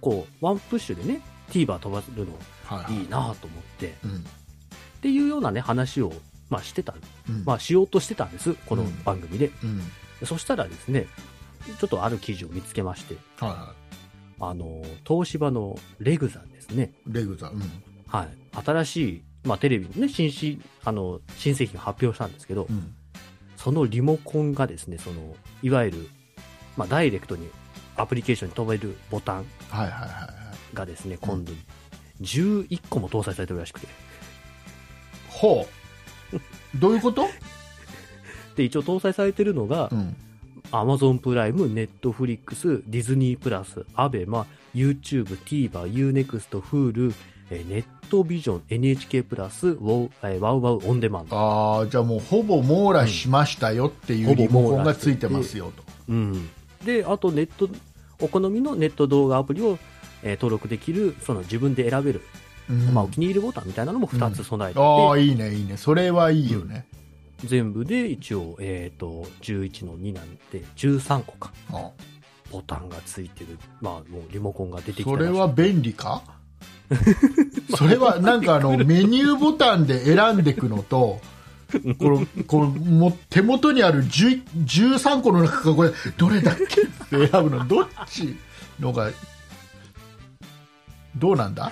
[SPEAKER 3] こう、ワンプッシュでね、TVer 飛ばせるの
[SPEAKER 2] はいはい
[SPEAKER 3] いいなと思って、っ
[SPEAKER 2] うん
[SPEAKER 3] ていうようなね、話を、まあ、してた、
[SPEAKER 2] うん
[SPEAKER 3] まあ、しようとしてたんです、この番組で。
[SPEAKER 2] うん
[SPEAKER 3] そしたらですね、ちょっとある記事を見つけまして、
[SPEAKER 2] はいは
[SPEAKER 3] あの、東芝のレグザですね、
[SPEAKER 2] いレグザうん
[SPEAKER 3] はい、新しい、まあ、テレビのね、新し、あの、新製品を発表したんですけど、
[SPEAKER 2] うん
[SPEAKER 3] そのリモコンがですね、その、いわゆる、まあ、ダイレクトにアプリケーションに飛べるボタン
[SPEAKER 2] はいはいはいはい
[SPEAKER 3] がですね、今度、11個も搭載されてるらしくて。
[SPEAKER 2] ほうどういうこと、
[SPEAKER 3] で、一応搭載されてるのが、
[SPEAKER 2] ん、
[SPEAKER 3] アマゾンプライム、ネットフリックス、ディズニープラス、アベマ、YouTube、TVer、Unext、Hulu、えーネットビジョン、NHK プラス、ウォウえーワウワウオンデマンド。
[SPEAKER 2] ああじゃあもうほぼ網羅しましたよっていうリモコンがついてますよと、
[SPEAKER 3] うん。で、あとネット、お好みのネット動画アプリを、えー登録できる、その自分で選べる、
[SPEAKER 2] うん
[SPEAKER 3] まあお気に入りボタンみたいなのも2つ備えてて、
[SPEAKER 2] ああいいねいいねそれはいいよね、
[SPEAKER 3] 全部で一応、えっ、と、11の2なんで、13個か。
[SPEAKER 2] あ
[SPEAKER 3] ボタンがついてる、まあ、もうリモコンが出てきた
[SPEAKER 2] そ
[SPEAKER 3] らしい
[SPEAKER 2] れは便利か それはなん かあのメニューボタンで選んでいくのとこのこのも手元にある10 13個の中からこれどれだっけって選ぶのどっちのがどうなんだ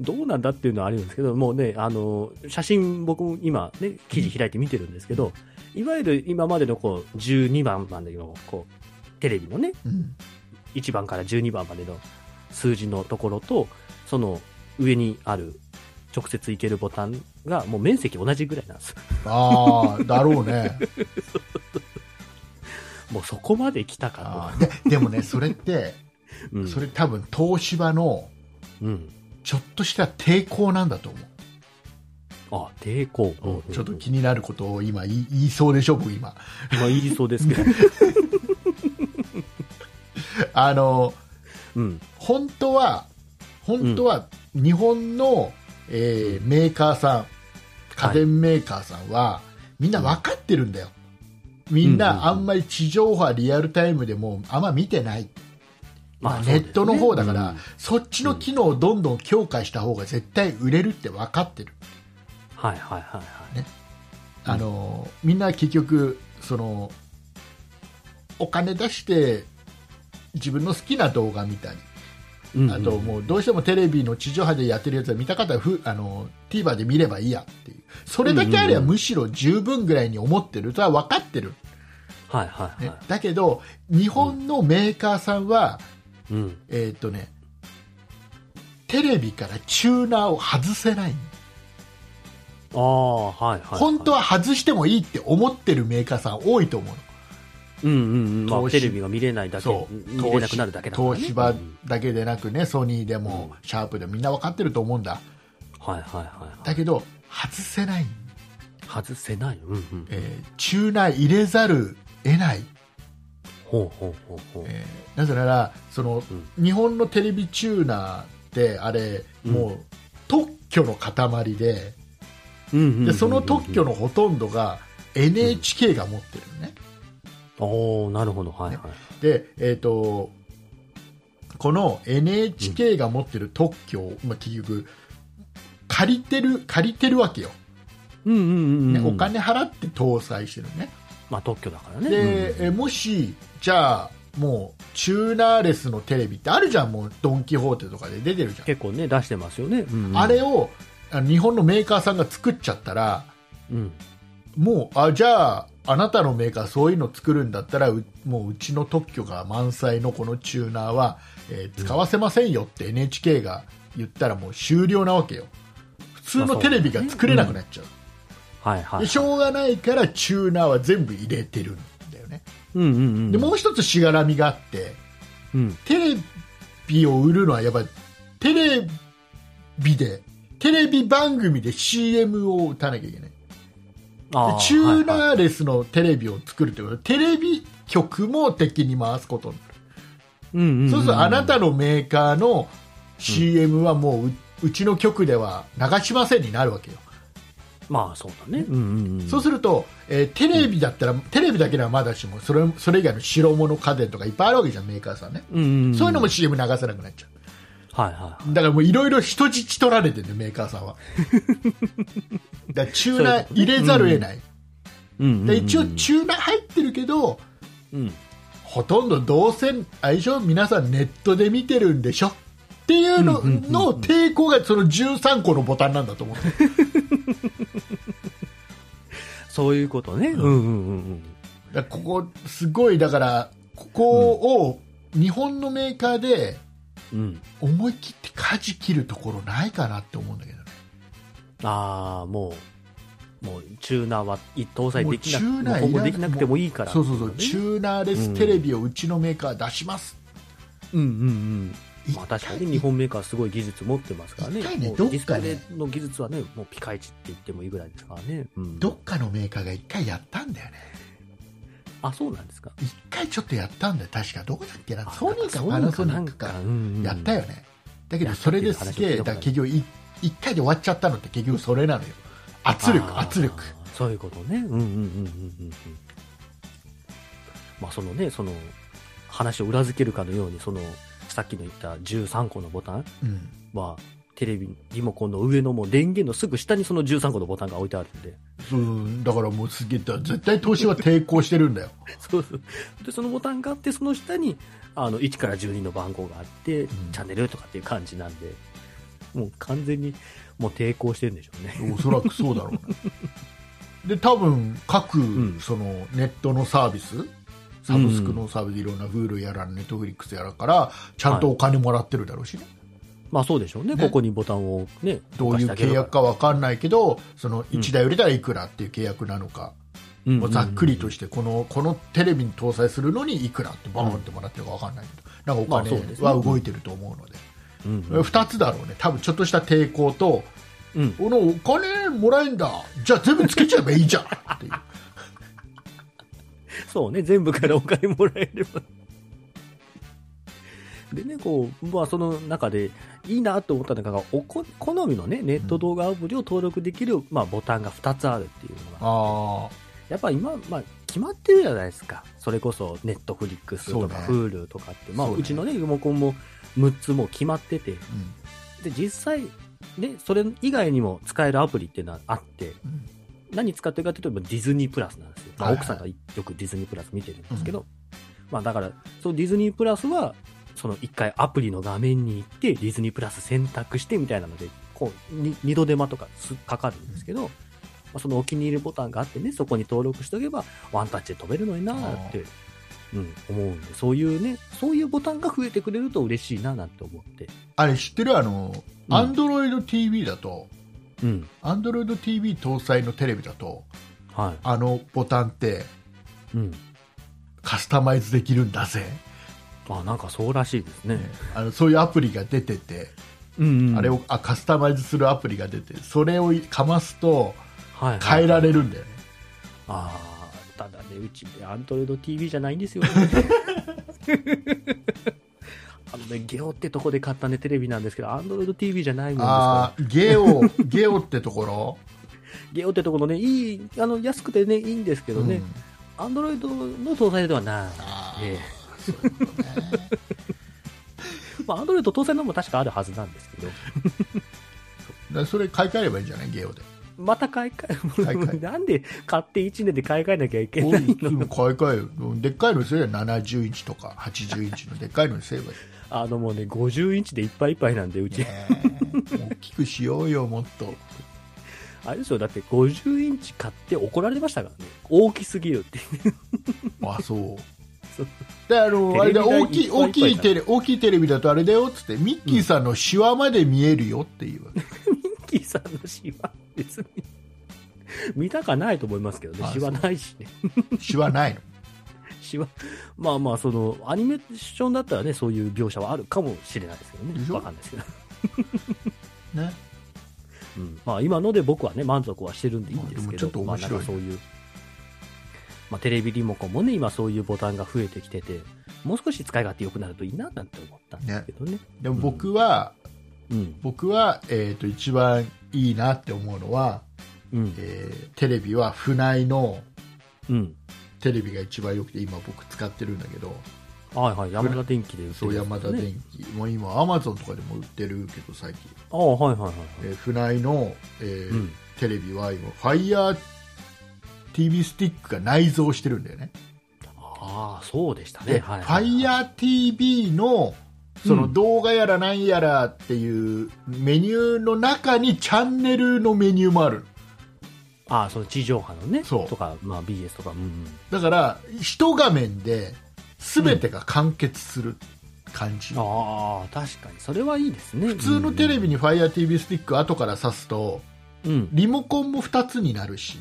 [SPEAKER 3] どうなんだっていうのはあるんですけど、もうね、あの、写真僕も今ね、記事開いて見てるんですけど、いわゆる今までのこう、12番までの、こう、テレビのね、
[SPEAKER 2] うん
[SPEAKER 3] 1番から12番までの数字のところと、その上にある直接いけるボタンがもう面積同じぐらいなんです。
[SPEAKER 2] ああだろうね
[SPEAKER 3] もうそこまで来たか
[SPEAKER 2] あーででもねそれって
[SPEAKER 3] と。うん。
[SPEAKER 2] それ多分東芝の
[SPEAKER 3] うん。
[SPEAKER 2] ちょっとした抵抗なんだと思う
[SPEAKER 3] あ、抵抗。
[SPEAKER 2] ちょっと気になることを今言い言いそうでしょ僕今
[SPEAKER 3] まあ言いそうですけど。
[SPEAKER 2] あの
[SPEAKER 3] うん。
[SPEAKER 2] 本当は本当は日本の、えーメーカーさん家電メーカーさんは、みんな分かってるんだよみん
[SPEAKER 3] うんうんう
[SPEAKER 2] なんあんまり地上波リアルタイムでもあんま見てない、 まあ、ネットの方だから、
[SPEAKER 3] うん
[SPEAKER 2] そっちの機能をどんどん強化した方が絶対売れるって分かってる
[SPEAKER 3] はいはいはいはい。
[SPEAKER 2] あのみんな結局そのお金出して自分の好きな動画見たり
[SPEAKER 3] うんうん
[SPEAKER 2] あともうどうしてもテレビの地上波でやってるやつは見たかったらふあの TVer で見ればいいやっていうそれだけあれば
[SPEAKER 3] うんうんうん
[SPEAKER 2] むしろ十分ぐらいに思ってるとは分かってる、
[SPEAKER 3] はいはい
[SPEAKER 2] ね
[SPEAKER 3] はい。
[SPEAKER 2] だけど日本のメーカーさんは、
[SPEAKER 3] うん。
[SPEAKER 2] えーっとねテレビからチューナーを外せない
[SPEAKER 3] ああ、はいはい、はい。
[SPEAKER 2] 本当は外してもいいって思ってるメーカーさん多いと思うの
[SPEAKER 3] うんうんうん。まあ、
[SPEAKER 2] 投資
[SPEAKER 3] テレビが見れないだけ、
[SPEAKER 2] そう
[SPEAKER 3] 見れなくなるだけだから、ね。
[SPEAKER 2] 東芝
[SPEAKER 3] うん
[SPEAKER 2] だけでなくねソニーでも
[SPEAKER 3] うん
[SPEAKER 2] シャープでもみんな分かってると思うんだ
[SPEAKER 3] はいはいはい、は
[SPEAKER 2] だけど外せない、
[SPEAKER 3] い。外せない。うんうん。
[SPEAKER 2] えーチューナー入れざる得ない、
[SPEAKER 3] ほうほうほうほう。
[SPEAKER 2] えーなぜならその、日本のテレビチューナーってあれ
[SPEAKER 3] うん
[SPEAKER 2] もう、特許の塊で
[SPEAKER 3] うんうんうんうん
[SPEAKER 2] でその特許。のほとんどが NHK が持ってるのね、
[SPEAKER 3] おおなるほど。はいはい。
[SPEAKER 2] で、えー、とこの NHK が持ってる特許を、まあ、結局借りてる借りてるわけよ、
[SPEAKER 3] うんうんうん、
[SPEAKER 2] ね
[SPEAKER 3] うん。
[SPEAKER 2] お。金払って搭載してるね
[SPEAKER 3] まあ、特許だからね。
[SPEAKER 2] で、
[SPEAKER 3] うん
[SPEAKER 2] えもしじゃあもうチューナーレスのテレビってあるじゃんもうドン・キホーテとかで出てるじゃん、
[SPEAKER 3] 結構ね、出してますよね。うんうん
[SPEAKER 2] あれをあ日本のメーカーさんが作っちゃったら
[SPEAKER 3] うん。
[SPEAKER 2] もうあじゃああなたのメーカーそういうの作るんだったらうもううちの特許が満載のこのチューナーは、えー使わせませんよって NHK が言ったらもう終了なわけよ普通のテレビが作れなくなっちゃう、
[SPEAKER 3] はいはい。
[SPEAKER 2] でしょうがないからチューナーは全部入れてるんだよね
[SPEAKER 3] うんうんうん。
[SPEAKER 2] でもう一つしがらみがあって
[SPEAKER 3] うん。
[SPEAKER 2] テレビを売るのはやっぱりテレビでテレビ番組で CM を打たなきゃいけない
[SPEAKER 3] あ
[SPEAKER 2] で
[SPEAKER 3] ー
[SPEAKER 2] チュー
[SPEAKER 3] はいはい
[SPEAKER 2] ナーレスのテレビを作るということはテレビ局も敵に回すことになる、
[SPEAKER 3] うんうんうん。
[SPEAKER 2] そうするとあなたのメーカーの CM はもうう,、ちの局では流しませんになるわけよ、
[SPEAKER 3] まあ、そうだね。うんうんうん。
[SPEAKER 2] そうすると、えーテレビだったら、テレビだけではまだしもそれそれ以外の白物家電とかいっぱいあるわけじゃんメーカーさんね、
[SPEAKER 3] うんうんうん。
[SPEAKER 2] そういうのも CM 流せなくなっちゃう
[SPEAKER 3] はいはいはい。
[SPEAKER 2] だからもういろいろ人質取られてるねメーカー さんはだからチューナー入れざるを得ない、
[SPEAKER 3] うんうんうん。
[SPEAKER 2] で一応チューナー入ってるけど
[SPEAKER 3] うん。
[SPEAKER 2] ほとんどどうせ相性皆さんネットで見てるんでしょっていうの
[SPEAKER 3] うんうんうんうん
[SPEAKER 2] の抵抗がその13個のボタンなんだと思う
[SPEAKER 3] そういうことね。うんうんうんうん。
[SPEAKER 2] だからここすごいだからここを日本のメーカーで
[SPEAKER 3] うん、
[SPEAKER 2] 思い切って舵切るところないかなって思うんだけどね
[SPEAKER 3] ああ、もう、もうチューナーは搭載
[SPEAKER 2] もう
[SPEAKER 3] できな
[SPEAKER 2] チューナー
[SPEAKER 3] く
[SPEAKER 2] いら
[SPEAKER 3] 今後できなくてもいいから
[SPEAKER 2] そうそうそう、
[SPEAKER 3] ね
[SPEAKER 2] チューナーレステレビをうちのメーカー出します、
[SPEAKER 3] うんうんうん。まあ
[SPEAKER 2] 一回
[SPEAKER 3] 確かに日本メーカーすごい技術持ってますからね。
[SPEAKER 2] 一回ね
[SPEAKER 3] もう
[SPEAKER 2] どっかね
[SPEAKER 3] ディスプレイの技術はね、もうピカイチって言ってもいいぐらいですからね。うん、
[SPEAKER 2] どっかのメーカーが一回やったんだよね
[SPEAKER 3] あ、そうなんですか。
[SPEAKER 2] 一回ちょっとやったんだよ確かどこだっけな
[SPEAKER 3] あ
[SPEAKER 2] ソニーか
[SPEAKER 3] なん
[SPEAKER 2] パナソニックか
[SPEAKER 3] なんうんうん
[SPEAKER 2] やったよね、だけどそれですげえ
[SPEAKER 3] や
[SPEAKER 2] だ
[SPEAKER 3] っ
[SPEAKER 2] か
[SPEAKER 3] たっ
[SPEAKER 2] ら
[SPEAKER 3] てい
[SPEAKER 2] 結局い一回で終わっちゃったのって結局それなのよ圧
[SPEAKER 3] あ
[SPEAKER 2] 力
[SPEAKER 3] ー
[SPEAKER 2] 圧力
[SPEAKER 3] そういうことね。うんうんうんうんうんうん。まあそのね、その話を裏付けるかのように、そのさっきの言った13個のボタン
[SPEAKER 2] うん
[SPEAKER 3] は、テレビ、リモコンの上のもう電源のすぐ下にその13個のボタンが置いてあるんで。
[SPEAKER 2] うんだからもうすげえだ絶対投資は抵抗してるんだよ、
[SPEAKER 3] そうそうでそのボタンがあってその下にあの1から12の番号があって、
[SPEAKER 2] ん
[SPEAKER 3] チャンネルとかっていう感じなんでもう完全にもう抵抗してるんでしょうね
[SPEAKER 2] おそらくそうだろうなで多分各、
[SPEAKER 3] ん
[SPEAKER 2] そのネットのサービスサブスクのサービスいろんな Hulu やら Netflix やらからちゃんとお金もらってるだろうしね、
[SPEAKER 3] まあそうでしょうね
[SPEAKER 2] ね
[SPEAKER 3] ここにボタンをね
[SPEAKER 2] どういう契約かわかんないけどその1台売れたらいくらっていう契約なのか、もうざっくりと
[SPEAKER 3] し
[SPEAKER 2] してこのこのテレビに搭載するのにいくらってバーンってもらってるかわかんないけどなんか
[SPEAKER 3] まあそう
[SPEAKER 2] お
[SPEAKER 3] です
[SPEAKER 2] 金
[SPEAKER 3] ね
[SPEAKER 2] は動いてると思うので、
[SPEAKER 3] て、うんうん
[SPEAKER 2] 2つだろうね多分ちょっとした抵抗と
[SPEAKER 3] うん
[SPEAKER 2] このお金もらえんだじゃあ全部つけちゃえばいいじゃんって いう
[SPEAKER 3] そうね全部からお金もらえればでねこうまあ、その中でいいなと思ったのがおこ好みの、ね、ネット動画アプリを登録できる、まあ、ボタンが2つあるっていうのが
[SPEAKER 2] あ
[SPEAKER 3] やっぱ今、まあ、決まってるじゃないですか。それこそ、ネットフリックスとか、
[SPEAKER 2] そう
[SPEAKER 3] Hulu とかって、まあ、
[SPEAKER 2] そう
[SPEAKER 3] う
[SPEAKER 2] ね
[SPEAKER 3] ちのね、リモコンも6つもう決まってて、
[SPEAKER 2] ー、うん
[SPEAKER 3] で、実際、ね、それ以外にも使えるアプリっていうのはあって、
[SPEAKER 2] うん
[SPEAKER 3] 何使ってるかっていうと、ディズニープラスなんですよ。まあ、
[SPEAKER 2] はいは
[SPEAKER 3] 奥
[SPEAKER 2] い
[SPEAKER 3] さんがよくディズニープラス見てるんですけど、まあ、だから、そのディズニープラスは、その一回アプリの画面に行って、ディズニープラス選択してみたいなので、こう、に二度手間とかすかかるんですけど、まあ、そのお気に入りボタンがあってね、そこに登録しておけば、ワンタッチで飛べるのになーって、うん、思うんで、そういうね、そういうボタンが増えてくれると嬉しいななんて思って。
[SPEAKER 2] あれ知ってるあの
[SPEAKER 3] うん
[SPEAKER 2] AndroidTV だと
[SPEAKER 3] うん。
[SPEAKER 2] AndroidTV 搭載のテレビだと
[SPEAKER 3] は
[SPEAKER 2] あのボタンって
[SPEAKER 3] い。うん。
[SPEAKER 2] カスタマイズできるんだぜ、
[SPEAKER 3] あ、なんかそうらしいですね。
[SPEAKER 2] あのそういうアプリが出てて、
[SPEAKER 3] うん、うん。
[SPEAKER 2] あれをあカスタマイズするアプリが出てそれをかますと
[SPEAKER 3] はいはい
[SPEAKER 2] 変えられるんだよね、
[SPEAKER 3] ああ、ただね、うち、アンドロイド TV じゃないんですよ。あのね、ゲオってとこで買ったね、テレビなんですけど、アンドロイド TV じゃないもんですか
[SPEAKER 2] あーゲオ ゲオってところ、
[SPEAKER 3] ら、ゲオってとこのね、いい、あの、安くてね、いいんですけど
[SPEAKER 2] う
[SPEAKER 3] ね
[SPEAKER 2] ん、
[SPEAKER 3] アンドロイドの搭載ではない。
[SPEAKER 2] あー
[SPEAKER 3] ええ
[SPEAKER 2] そういうことね
[SPEAKER 3] まあ、アンドロイド搭載のも確かあるはずなんです けど、
[SPEAKER 2] だからそれ買い替えればいいんじゃないゲオで
[SPEAKER 3] また買い替
[SPEAKER 2] 買い替
[SPEAKER 3] え、
[SPEAKER 2] え
[SPEAKER 3] なんで買って1年で買い替えなきゃいけ
[SPEAKER 2] お
[SPEAKER 3] ないい
[SPEAKER 2] つ
[SPEAKER 3] の
[SPEAKER 2] も買い替えるうんでっかいのにすれば70インチとか80インチのでっかいのにすればいい
[SPEAKER 3] あのもうね、50インチでいっぱいいっ ぱいなんで、うち、
[SPEAKER 2] ね大きくしようよもっ と
[SPEAKER 3] あれですよ、だって50インチ買って怒られましたからね。大きすぎるって。
[SPEAKER 2] あそう
[SPEAKER 3] そう
[SPEAKER 2] であのあれで
[SPEAKER 3] テレビ台
[SPEAKER 2] 大き
[SPEAKER 3] い
[SPEAKER 2] い
[SPEAKER 3] っぱいい
[SPEAKER 2] 大
[SPEAKER 3] っぱい
[SPEAKER 2] きいテレ大きいテレビだとあれだよっつってミッキーさんのシワまで見えるよっていう、
[SPEAKER 3] ミッキーさんのシワ、別に。見たかないと思いますけどね
[SPEAKER 2] あ、
[SPEAKER 3] シワないしね。
[SPEAKER 2] シワないの
[SPEAKER 3] シワ。まあまあ、その、アニメーションだったらね、そういう描写はあるかもしれないですけど
[SPEAKER 2] で
[SPEAKER 3] ね。
[SPEAKER 2] しょ
[SPEAKER 3] わかんないですけど。
[SPEAKER 2] ね
[SPEAKER 3] うんまあ今ので僕はね、満足はしてるんでいいんです
[SPEAKER 2] まあで
[SPEAKER 3] けど、
[SPEAKER 2] もちょっと面白いね
[SPEAKER 3] まあなんかそういう。まあテレビリモコンもね、今そういうボタンが増えてきてて、もう少し使い勝手良くなるといいななんて思ったんですけどね。
[SPEAKER 2] でも僕は、
[SPEAKER 3] うん。
[SPEAKER 2] 僕は、えー、と一番いいなって思うのは、
[SPEAKER 3] うん。
[SPEAKER 2] えーテレビは船井の
[SPEAKER 3] うん。
[SPEAKER 2] テレビが一番よくて今僕使ってるんだけど
[SPEAKER 3] はいはい、山田電機で売って
[SPEAKER 2] そう
[SPEAKER 3] るやつですね、
[SPEAKER 2] 山田電機、もう今アマゾンとかでも売ってるけど最近、
[SPEAKER 3] ああ、はいはいはい
[SPEAKER 2] え
[SPEAKER 3] はい。
[SPEAKER 2] ー船井の、えー
[SPEAKER 3] うん。
[SPEAKER 2] テレビは今 FIRETV スティックが内蔵してるんだよね
[SPEAKER 3] ああ、そうでしたね。
[SPEAKER 2] で、
[SPEAKER 3] はい、はい。
[SPEAKER 2] FIRETV のその動画やら何やらっていうメニューの中にチャンネルのメニューもある
[SPEAKER 3] ああ、その地上波のね。
[SPEAKER 2] そう
[SPEAKER 3] とか、まあ BS とか。うんうん。
[SPEAKER 2] だから一画面で全てが完結する感じ、
[SPEAKER 3] ああ、確かに。それはいいですね。
[SPEAKER 2] 普通のテレビに FIRETV スティック後から挿すと
[SPEAKER 3] うん。
[SPEAKER 2] リモコンも2つになるし、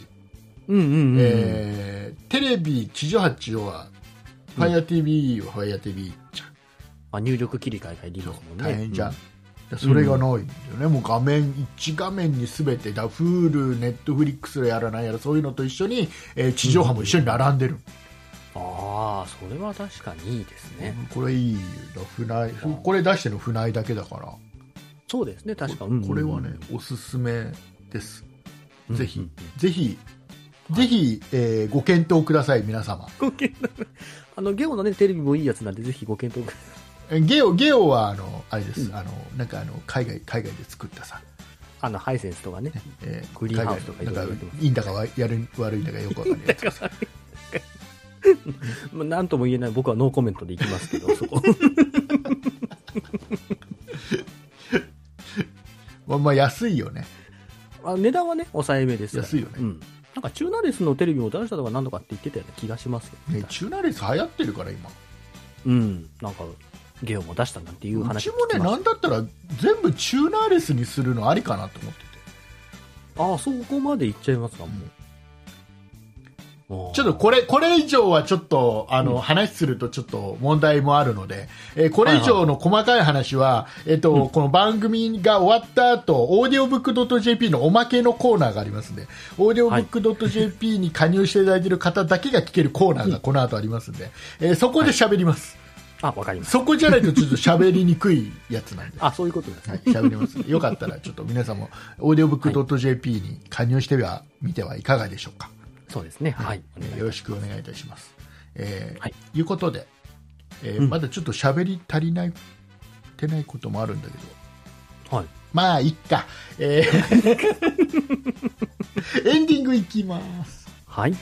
[SPEAKER 3] うんうんうんうん。
[SPEAKER 2] えーテレビ地上波地上波
[SPEAKER 3] うん
[SPEAKER 2] FireTV は FireTV じゃん
[SPEAKER 3] あ入力切り替えがいりますもんね。
[SPEAKER 2] 大変じゃん、
[SPEAKER 3] う
[SPEAKER 2] それがないんだよね、もう画面1画面にすべてだ Hulu、Netflix やらないやらそういうのと一緒に、えー地上波も一緒に並んでる、
[SPEAKER 3] ああ、それは確かにいいですね。
[SPEAKER 2] これいいよだ船井ふこれ出してるの船井だけだから
[SPEAKER 3] そうですね、確
[SPEAKER 2] こ
[SPEAKER 3] か。うんうん
[SPEAKER 2] これはね、おすすめです、
[SPEAKER 3] うん
[SPEAKER 2] ぜひ
[SPEAKER 3] うん
[SPEAKER 2] ぜひぜひ、えーご検討ください皆様
[SPEAKER 3] ご検討あの、ゲオのね、テレビもいいやつなんで、ぜひご検討ください。
[SPEAKER 2] えゲオゲオはあのあれです、
[SPEAKER 3] うん
[SPEAKER 2] あのなんかあの海外海外で作ったさ、
[SPEAKER 3] あの、ハイセンスと かね。
[SPEAKER 2] えー
[SPEAKER 3] グリーンハウスとか
[SPEAKER 2] 海外の
[SPEAKER 3] いろ
[SPEAKER 2] ないんかいい
[SPEAKER 3] ろやってます
[SPEAKER 2] んだかわやる悪いんだかよくわかんないやつ
[SPEAKER 3] まあ、なんとも言えない、僕はノーコメントでいきますけど、そこ。
[SPEAKER 2] まあまあ安いよね
[SPEAKER 3] あ値段はね、抑えめですから
[SPEAKER 2] 安いよね
[SPEAKER 3] うん。なんか、チューナレスのテレビも出したとか何とかって言ってたような気がしますけど
[SPEAKER 2] ねチューナレス流行ってるから今
[SPEAKER 3] うん。なんか、ゲオも出したなんていう
[SPEAKER 2] う
[SPEAKER 3] 話
[SPEAKER 2] ち
[SPEAKER 3] を
[SPEAKER 2] も
[SPEAKER 3] 聞
[SPEAKER 2] ね
[SPEAKER 3] きま
[SPEAKER 2] なんだったら全部チューナレスにするのありかなと思ってて
[SPEAKER 3] ああ、そこまで行っちゃいますか、もう。
[SPEAKER 2] ちょっとこれこれ以上はちょっとあの、
[SPEAKER 3] うん
[SPEAKER 2] 話するとちょっと問題もあるので、えーこれ以上の細かい話は、えっと
[SPEAKER 3] うん
[SPEAKER 2] この番組が終わった後オーディオブックドット JP のおまけのコーナーがありますんでオーディオブックドット JP に加入していただいている方だけが聞けるコーナーがこの後ありますんで、えーそこで喋ります、
[SPEAKER 3] あ、わかります。
[SPEAKER 2] そこじゃないとちょっと喋りにくいやつなんで。
[SPEAKER 3] あ、そういうことなんです
[SPEAKER 2] はい
[SPEAKER 3] ね。、
[SPEAKER 2] 喋ります んでよかったらちょっと皆さんもオーディオブックドット JP に加入してはみてはいかがでしょうか。
[SPEAKER 3] そうですね。はい。お願い
[SPEAKER 2] よろしくお願いいたします。えー
[SPEAKER 3] はい
[SPEAKER 2] い、うことで、えー
[SPEAKER 3] うん
[SPEAKER 2] まだちょっと喋り足りないてないこともあるんだけど、
[SPEAKER 3] はい。
[SPEAKER 2] まあいっか、え ーエンディングいきます。
[SPEAKER 3] はい。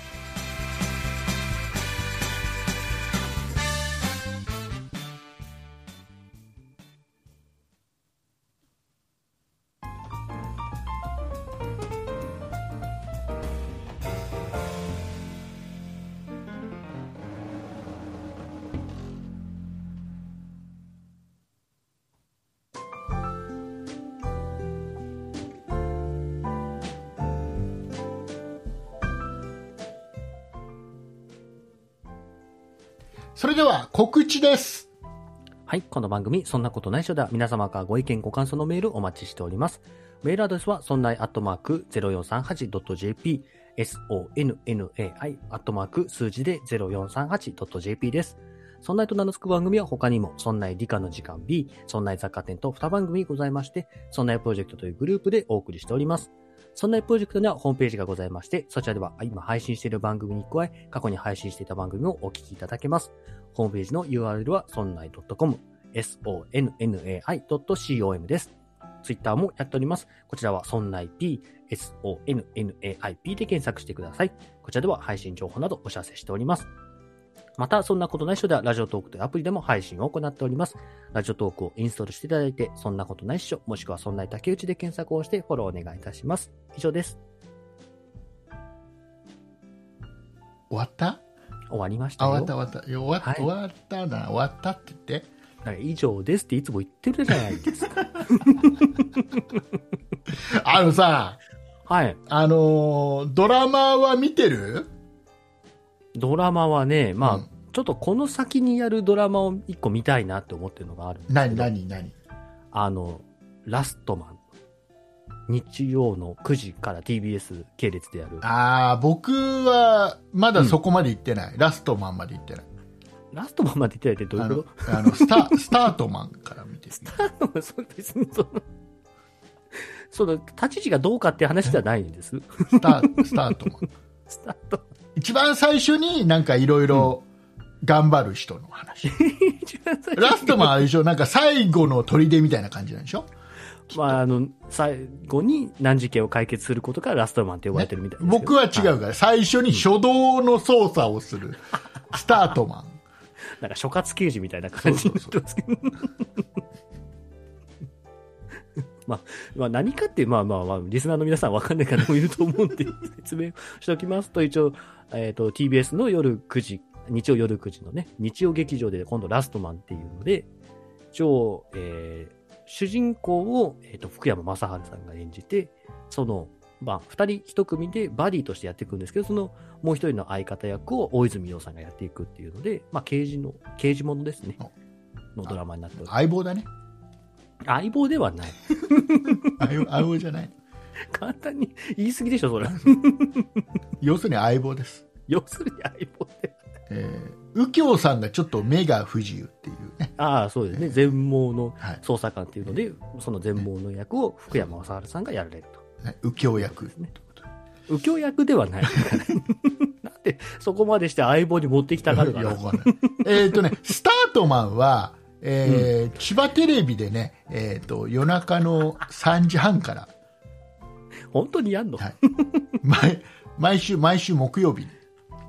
[SPEAKER 2] それでは告知です。
[SPEAKER 3] はい。この番組、そんなことないっしょでは、皆様からご意見、ご感想のメールお待ちしております。メールアドレスは、そんないアットマーク 0438.jp、sonnai アットマーク数字で 0438.jp です。そんないと名の付く番組は他にも、そんない理科の時間 B、そんない雑貨店と2番組ございまして、そんないプロジェクトというグループでお送りしております。そんないプロジェクトにはホームページがございまして、そちらでは今配信している番組に加え、過去に配信していた番組をお聞きいただけます。ホームページの URL は sonnai.com、sonnai.com です。ツイッターもやっております。こちらは sonnaip、sonnaip で検索してください。こちらでは配信情報などお知らせしております。また、そんなことないっしょでは、ラジオトークというアプリでも配信を行っております。ラジオトークをインストールしていただいて、そんなことないっしょ、もしくはそんない竹内で検索をしてフォローお願いいたします。以上です。
[SPEAKER 2] 終わった
[SPEAKER 3] 終わりました
[SPEAKER 2] あ、
[SPEAKER 3] よ。
[SPEAKER 2] 終わった終わった。いや終わ,、
[SPEAKER 3] はい
[SPEAKER 2] 終わったな、終わったって言って。
[SPEAKER 3] だから以上ですっていつも言ってるじゃないですか。
[SPEAKER 2] あのさ、
[SPEAKER 3] はい。
[SPEAKER 2] あのードラマは見てる
[SPEAKER 3] ドラマはね、まあ、
[SPEAKER 2] うん
[SPEAKER 3] ちょっとこの先にやるドラマを一個見たいなって思ってるのがあるんですけ
[SPEAKER 2] 何、
[SPEAKER 3] ど、
[SPEAKER 2] 何、何
[SPEAKER 3] あの、ラストマン。日曜の9時から TBS 系列でやる。
[SPEAKER 2] ああ、僕はまだそこまで行ってない。ラストマンまで行ってない。
[SPEAKER 3] ラストマンまで言ってないってどう
[SPEAKER 2] あ
[SPEAKER 3] いう
[SPEAKER 2] の
[SPEAKER 3] こ
[SPEAKER 2] あのス タスタートマンから見てる
[SPEAKER 3] とそう別にその、 その、立ち位置がどうかって話ではないんです。
[SPEAKER 2] スタスタートマン
[SPEAKER 3] スタート。
[SPEAKER 2] 一番最初になんかいろいろ頑張る人の話、
[SPEAKER 3] 一番最初
[SPEAKER 2] ラストマンあれでしょなんか最後の砦みたいな感じなんでしょ
[SPEAKER 3] まあ、あの、最後に難事件を解決することからラストマンって呼ばれてるみたいですけど
[SPEAKER 2] 僕は違うから、最初に初動の操作をするスタートマン
[SPEAKER 3] なんか諸葛刑事みたいな感じになってますけど。 まあ、まあ、何かって、まあまあまあ、リスナーの皆さんわかんない方もいると思うんで、説明しておきますと、一応、えっ、と、TBS の夜9時、日曜夜9時のね、日曜劇場で今度ラストマンっていうので、一応、えー主人公を、えっ、と、福山雅治さんが演じて、その、まあ、2人1組でバディとしてやっていくんですけど、そのもう1人の相方役を大泉洋さんがやっていくっていうので、まあ、刑事の、刑事ものですね
[SPEAKER 2] あ、
[SPEAKER 3] のドラマになっております。
[SPEAKER 2] 相棒だね。
[SPEAKER 3] 相棒ではない。
[SPEAKER 2] 相 棒相棒じゃない。
[SPEAKER 3] 簡単に言い過ぎでし ょ、それ。
[SPEAKER 2] 要するに相棒です。
[SPEAKER 3] 要するに相棒で。
[SPEAKER 2] えー、右京さんがちょっと目が不自由っていうね。
[SPEAKER 3] ああ、そうですね。全盲の
[SPEAKER 2] はい。
[SPEAKER 3] 捜査官っていうので、その全盲の役を福山雅治さんがやられると。
[SPEAKER 2] はい右京役ってことで
[SPEAKER 3] 右京役では ない。なんでそこまでして相棒に持ってきたがる
[SPEAKER 2] い
[SPEAKER 3] か
[SPEAKER 2] や
[SPEAKER 3] な
[SPEAKER 2] わかんない えっとね、スタートマンは、えー千葉テレビでね、えー、と夜中の3時半 から
[SPEAKER 3] 本当にやんの、
[SPEAKER 2] はい毎毎週毎週木曜日に、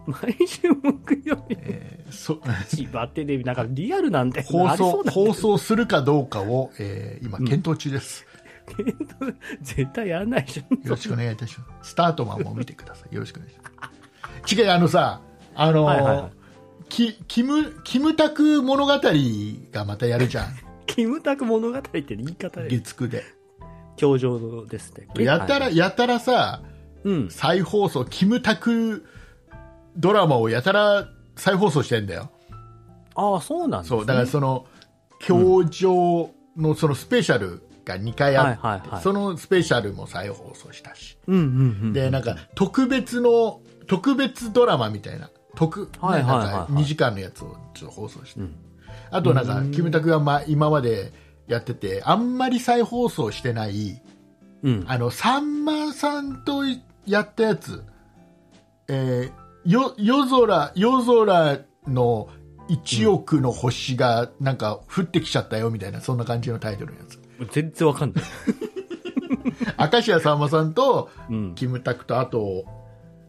[SPEAKER 3] 毎週木曜日、
[SPEAKER 2] えー そ
[SPEAKER 3] 千葉テレビ、なんかリアルなんで、
[SPEAKER 2] 放
[SPEAKER 3] ありそ
[SPEAKER 2] 送
[SPEAKER 3] うだね
[SPEAKER 2] 放送するかどうかを、えー今検討中です、
[SPEAKER 3] けど 絶対やらないでしょ。
[SPEAKER 2] よろしくお願いいたしますスタートマンも見てくださいよろしくお願いします違うあのさあのー
[SPEAKER 3] はいはいはい
[SPEAKER 2] きキムキムタク物語がまたやるじゃん
[SPEAKER 3] キムタク物語って言い方で、
[SPEAKER 2] 月9で
[SPEAKER 3] 教場のですね。
[SPEAKER 2] やたら、
[SPEAKER 3] はい
[SPEAKER 2] やたらさ
[SPEAKER 3] うん。
[SPEAKER 2] 再放送キムタクドラマをやたら再放送してんだよ
[SPEAKER 3] ああ、そうなんです、ね、
[SPEAKER 2] そうだからその教場のそのスペシャルが2回あって、
[SPEAKER 3] はいはいはい
[SPEAKER 2] そのスペシャルも再放送したし、
[SPEAKER 3] うんうんうん。
[SPEAKER 2] でなんか特別の特別ドラマみたいな特、
[SPEAKER 3] はいはいはいはい
[SPEAKER 2] なんか2時間のやつをちょっと放送して、
[SPEAKER 3] うん
[SPEAKER 2] あとなんか
[SPEAKER 3] うん
[SPEAKER 2] キムタクが、ま、今までやっててあんまり再放送してない
[SPEAKER 3] うん。
[SPEAKER 2] あのさんまさんとやったやつ、えーよ夜空夜空の1億の星がなんか降ってきちゃったよみたいなそんな感じのタイトルのやつ
[SPEAKER 3] 全然わかんない。
[SPEAKER 2] 明石家さんまさんと
[SPEAKER 3] うん。
[SPEAKER 2] キムタクとあと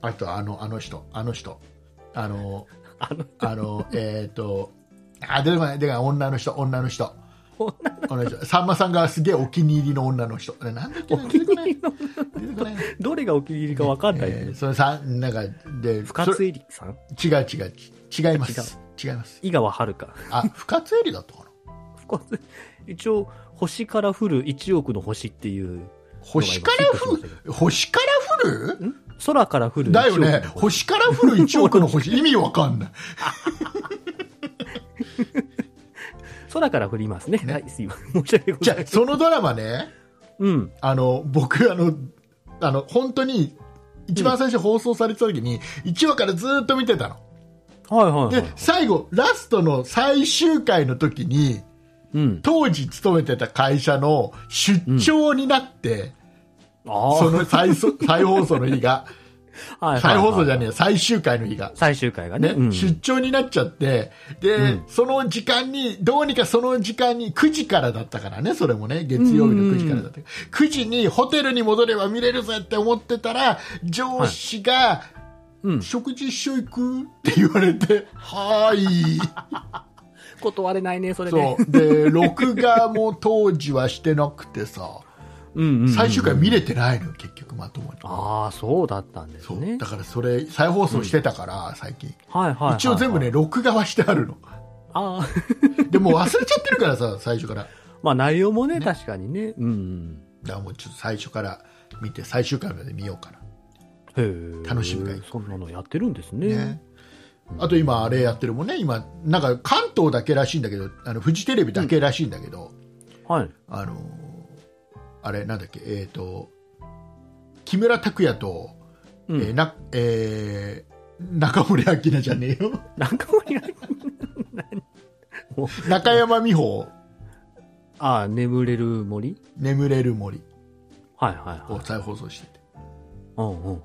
[SPEAKER 2] あとあのあの人あの人あの
[SPEAKER 3] あの、
[SPEAKER 2] あのえっとあ出てこない出てこない女の人女の人
[SPEAKER 3] 女の
[SPEAKER 2] 女の人さんまさんがすげえお気に入りの女の人あれなんだっけ
[SPEAKER 3] お
[SPEAKER 2] な出
[SPEAKER 3] 気に
[SPEAKER 2] てこな
[SPEAKER 3] 入
[SPEAKER 2] い
[SPEAKER 3] りの、
[SPEAKER 2] 出てこない
[SPEAKER 3] どれがお気に入りかわかんないん
[SPEAKER 2] え
[SPEAKER 3] で
[SPEAKER 2] ー
[SPEAKER 3] す。
[SPEAKER 2] そのさなんかで
[SPEAKER 3] 深
[SPEAKER 2] そ
[SPEAKER 3] 津絵里さん
[SPEAKER 2] 違う違う違います違います
[SPEAKER 3] 井川遥。
[SPEAKER 2] あ深津絵里だったかな
[SPEAKER 3] 深津、一応、星から降る1億の星っていう、
[SPEAKER 2] 星から降る星から降る
[SPEAKER 3] 空から降る
[SPEAKER 2] だよね
[SPEAKER 3] 1億の星
[SPEAKER 2] 星から降る1億の 星意味わかんない
[SPEAKER 3] 空から降りますね。
[SPEAKER 2] ね
[SPEAKER 3] はい、すいません。申し訳ご
[SPEAKER 2] じ
[SPEAKER 3] ざい
[SPEAKER 2] ゃ
[SPEAKER 3] ません
[SPEAKER 2] あ。そのドラマね
[SPEAKER 3] うん。
[SPEAKER 2] あの僕あのあの本当に一番最初放送されてた時に1話からずーっと見てたの
[SPEAKER 3] はいはい
[SPEAKER 2] で
[SPEAKER 3] はい。
[SPEAKER 2] 最後ラストの最終回の時に
[SPEAKER 3] うん。
[SPEAKER 2] 当時勤めてた会社の出張になって、
[SPEAKER 3] ああ。
[SPEAKER 2] その再 そ再放送の日が、
[SPEAKER 3] はいはいはい
[SPEAKER 2] 再放送じゃねえよ、最終回の日が。
[SPEAKER 3] 最終回がね。
[SPEAKER 2] ね
[SPEAKER 3] うん
[SPEAKER 2] 出張になっちゃって、で、
[SPEAKER 3] うん
[SPEAKER 2] その時間に、どうにかその時間に、9時からだったからね、それもね、月曜日の9時からだった。9時にホテルに戻れば見れるぜって思ってたら、上司が、
[SPEAKER 3] うん。
[SPEAKER 2] 食事一緒行くって言われて、はーい。
[SPEAKER 3] 断れないね、それで。
[SPEAKER 2] そう。で、録画も当時はしてなくてさ、
[SPEAKER 3] うんうんうん。
[SPEAKER 2] 最終回見れてないのよ、結局まともに。
[SPEAKER 3] ああ、そうだったんです
[SPEAKER 2] そう、
[SPEAKER 3] ね
[SPEAKER 2] だ。からそれ再放送してたから、最近
[SPEAKER 3] はいはいはいはい。
[SPEAKER 2] 一応全部ね、。録画はしてあるの
[SPEAKER 3] ああ。
[SPEAKER 2] でもう忘れちゃってるからさ 最初から
[SPEAKER 3] まあ内容もね、確かにね。うん
[SPEAKER 2] だからもうちょっと最初から見て最終回まで見ようか
[SPEAKER 3] うん。へえ。
[SPEAKER 2] 楽しみがいい
[SPEAKER 3] そんなのやってるんです
[SPEAKER 2] な、
[SPEAKER 3] ね
[SPEAKER 2] ね。あと今あれやってるもんね今なんか関東だけらしいんだけどあのフジテレビだけらしいんだけど、
[SPEAKER 3] はい。
[SPEAKER 2] あのーあれなんだっけえっ、と木村拓哉と、
[SPEAKER 3] う
[SPEAKER 2] えー
[SPEAKER 3] ん。
[SPEAKER 2] なえー中森明菜じゃねえ よ
[SPEAKER 3] なんかもや
[SPEAKER 2] 中山美穂
[SPEAKER 3] ああ、眠れる森
[SPEAKER 2] 眠れる森
[SPEAKER 3] はいはいは
[SPEAKER 2] を
[SPEAKER 3] い。
[SPEAKER 2] 再放送してて
[SPEAKER 3] うんうんうんうん。ま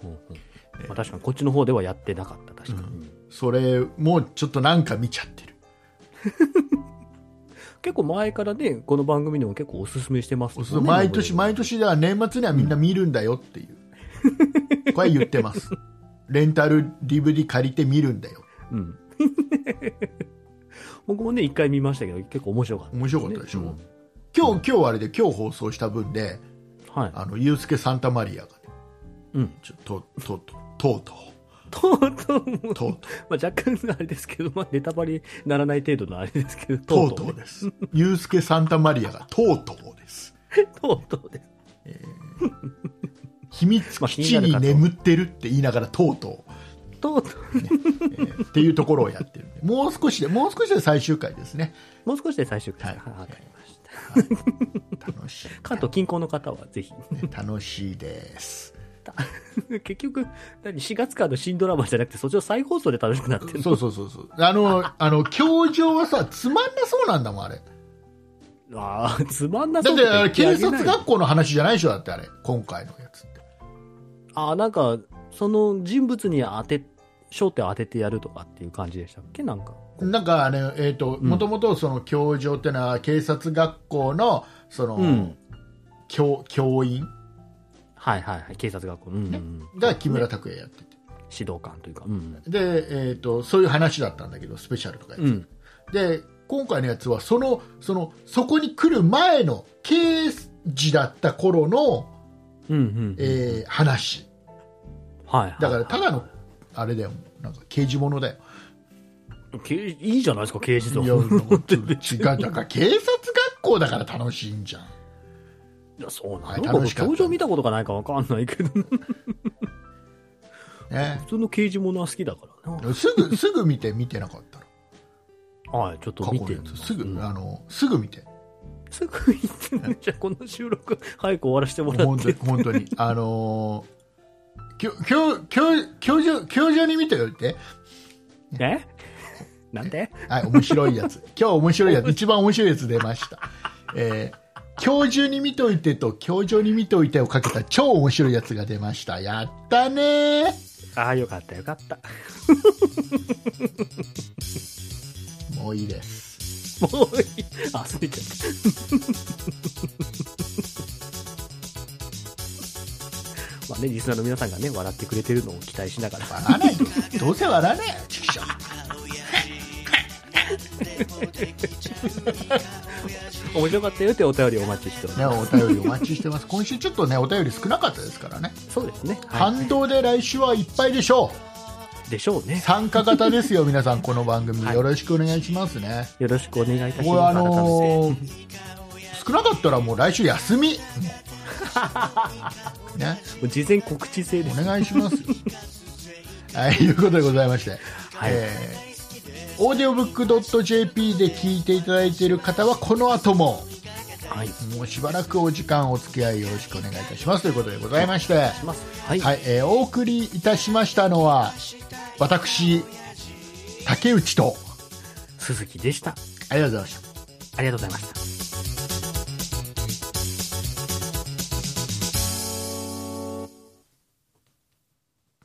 [SPEAKER 3] あ確かにこっちの方ではやってなかった、確かに。うん
[SPEAKER 2] それもちょっとなんか見ちゃってる
[SPEAKER 3] 結構前からね、この番組でも結構おすすめしてます
[SPEAKER 2] お
[SPEAKER 3] よ
[SPEAKER 2] す
[SPEAKER 3] ね
[SPEAKER 2] すめ毎年
[SPEAKER 3] 眠
[SPEAKER 2] 毎
[SPEAKER 3] れる森
[SPEAKER 2] 年では年末にはみんな見るんだよっていう、これは言って ますレンタル DVD 借りて見るんだよ
[SPEAKER 3] うん。 僕もね、一回見ましたけど、結構面白かった。
[SPEAKER 2] 面白かったでしょ、
[SPEAKER 3] うん
[SPEAKER 2] 今日今日あれで今日放送した分で
[SPEAKER 3] はい。
[SPEAKER 2] あのユースケ・サンタマリアがね
[SPEAKER 3] うん。
[SPEAKER 2] ちょととととうと
[SPEAKER 3] とうとう、
[SPEAKER 2] うとう
[SPEAKER 3] まあ、若干あれですけど、まあ、ネタバレにならない程度のあれですけど、
[SPEAKER 2] とうとう
[SPEAKER 3] と
[SPEAKER 2] と
[SPEAKER 3] う
[SPEAKER 2] うですユースケ・サンタマリアがとうとうです
[SPEAKER 3] とうとうです。
[SPEAKER 2] 秘密基地に眠ってるって言いながらとうと
[SPEAKER 3] とうとう
[SPEAKER 2] う、えーっていうところをやってるんでもう少しでもう少しで最終回ですね
[SPEAKER 3] もう少しで最終
[SPEAKER 2] は
[SPEAKER 3] 回。
[SPEAKER 2] い
[SPEAKER 3] はいわかりました。
[SPEAKER 2] 楽しい
[SPEAKER 3] 関東近郊の方はぜひ。
[SPEAKER 2] 楽しいです
[SPEAKER 3] 結局、何、4月からの新ドラマじゃなくて、そっちの再放送で楽しくなってる
[SPEAKER 2] そうそうそうそうあ のあの教場はさつまんなそうなんだもんあれ
[SPEAKER 3] う。ああ、つまんな
[SPEAKER 2] だ
[SPEAKER 3] そ
[SPEAKER 2] っ
[SPEAKER 3] うとか
[SPEAKER 2] て
[SPEAKER 3] 言ってあ
[SPEAKER 2] 警
[SPEAKER 3] げない
[SPEAKER 2] 察学校の話じゃないでしょだってあれ今回のやつって
[SPEAKER 3] ああ、なんか、その人物に当て、焦点を当ててやるとかっていう感じでしたっけなんか。
[SPEAKER 2] なんかねえっ、と
[SPEAKER 3] ん
[SPEAKER 2] もともとその教場ってのは警察学校のその、
[SPEAKER 3] うん。
[SPEAKER 2] 教教員
[SPEAKER 3] はいはいはい。警察学校の。うんうんうん。
[SPEAKER 2] が木村拓哉やってて、
[SPEAKER 3] 指導官というか。うん。
[SPEAKER 2] で、えー、とそういう話だったんだけどスペシャルとかやつ
[SPEAKER 3] うん。
[SPEAKER 2] で今回のやつはそのそのそこに来る前の刑事だった頃の、
[SPEAKER 3] うんうん。
[SPEAKER 2] えー話
[SPEAKER 3] はいはい。
[SPEAKER 2] だからただのあれだよなんか刑事ものだよ
[SPEAKER 3] 刑事いいじゃないですか、刑事と。
[SPEAKER 2] いや なんかちょっと違うだから警察学校だから楽しいんじゃん
[SPEAKER 3] いや、そうな
[SPEAKER 2] はい
[SPEAKER 3] の
[SPEAKER 2] 楽
[SPEAKER 3] 僕、
[SPEAKER 2] しかった
[SPEAKER 3] 表情見たことがないからわかんないけど、普
[SPEAKER 2] ね
[SPEAKER 3] 通の刑事物は好きだからな。
[SPEAKER 2] すぐすぐ見て見てなかったら
[SPEAKER 3] はい、ちょっ と
[SPEAKER 2] 過
[SPEAKER 3] 見
[SPEAKER 2] 去の
[SPEAKER 3] て
[SPEAKER 2] やつすぐ、
[SPEAKER 3] うん
[SPEAKER 2] あのすぐ見て
[SPEAKER 3] すぐ言ってねじゃあこの収録、早く終わらせてもらっ
[SPEAKER 2] 本当に
[SPEAKER 3] て。
[SPEAKER 2] 本当にあのー、きょきょきょ教授教授に見てよって
[SPEAKER 3] ねなんで
[SPEAKER 2] はい面白いや つ今日面白いやつ一番面白いやつ出ましたえー、教授に見といてと教授に見といてをかけた超面白いやつが出ましたやったねー
[SPEAKER 3] ああ、よかった、よかった。
[SPEAKER 2] もういいです
[SPEAKER 3] もういい。あ、すいちゃった。 まあね、リスナーの皆さんがね、笑ってくれてるのを期待しながら。
[SPEAKER 2] 笑わないよ どうせ笑わないよちくしょう
[SPEAKER 3] 面白かったよってお便りお待ちしており
[SPEAKER 2] ね
[SPEAKER 3] ま
[SPEAKER 2] お便りお待ちしてます今週ちょっとねお便り少なかったですからね、
[SPEAKER 3] す。そうですね。は
[SPEAKER 2] 反動で来週はいっぱいでしょう
[SPEAKER 3] い。でしょうね。
[SPEAKER 2] 参加型です よ皆さんこの番組、
[SPEAKER 3] はい
[SPEAKER 2] よろしくお願いしますね
[SPEAKER 3] よろしくお願いいたし
[SPEAKER 2] これあ
[SPEAKER 3] ます。改めて
[SPEAKER 2] のー少なかったらもう来週休 み。ね、
[SPEAKER 3] もう事前告知制で
[SPEAKER 2] お
[SPEAKER 3] す。
[SPEAKER 2] 願いしますよ。はい、いうことでございま して、
[SPEAKER 3] はい
[SPEAKER 2] えー、オーディオブックドット JP で聞いていただいている方はこの後も
[SPEAKER 3] はい。し
[SPEAKER 2] もうしばらくお時間お付き合いよろしくお願いいたしますということでございまして、
[SPEAKER 3] ます。はい。
[SPEAKER 2] はいえーお送りいたしましたのは私竹内と
[SPEAKER 3] 鈴木でした。
[SPEAKER 2] ありがとうございました。
[SPEAKER 3] ありがとうございました。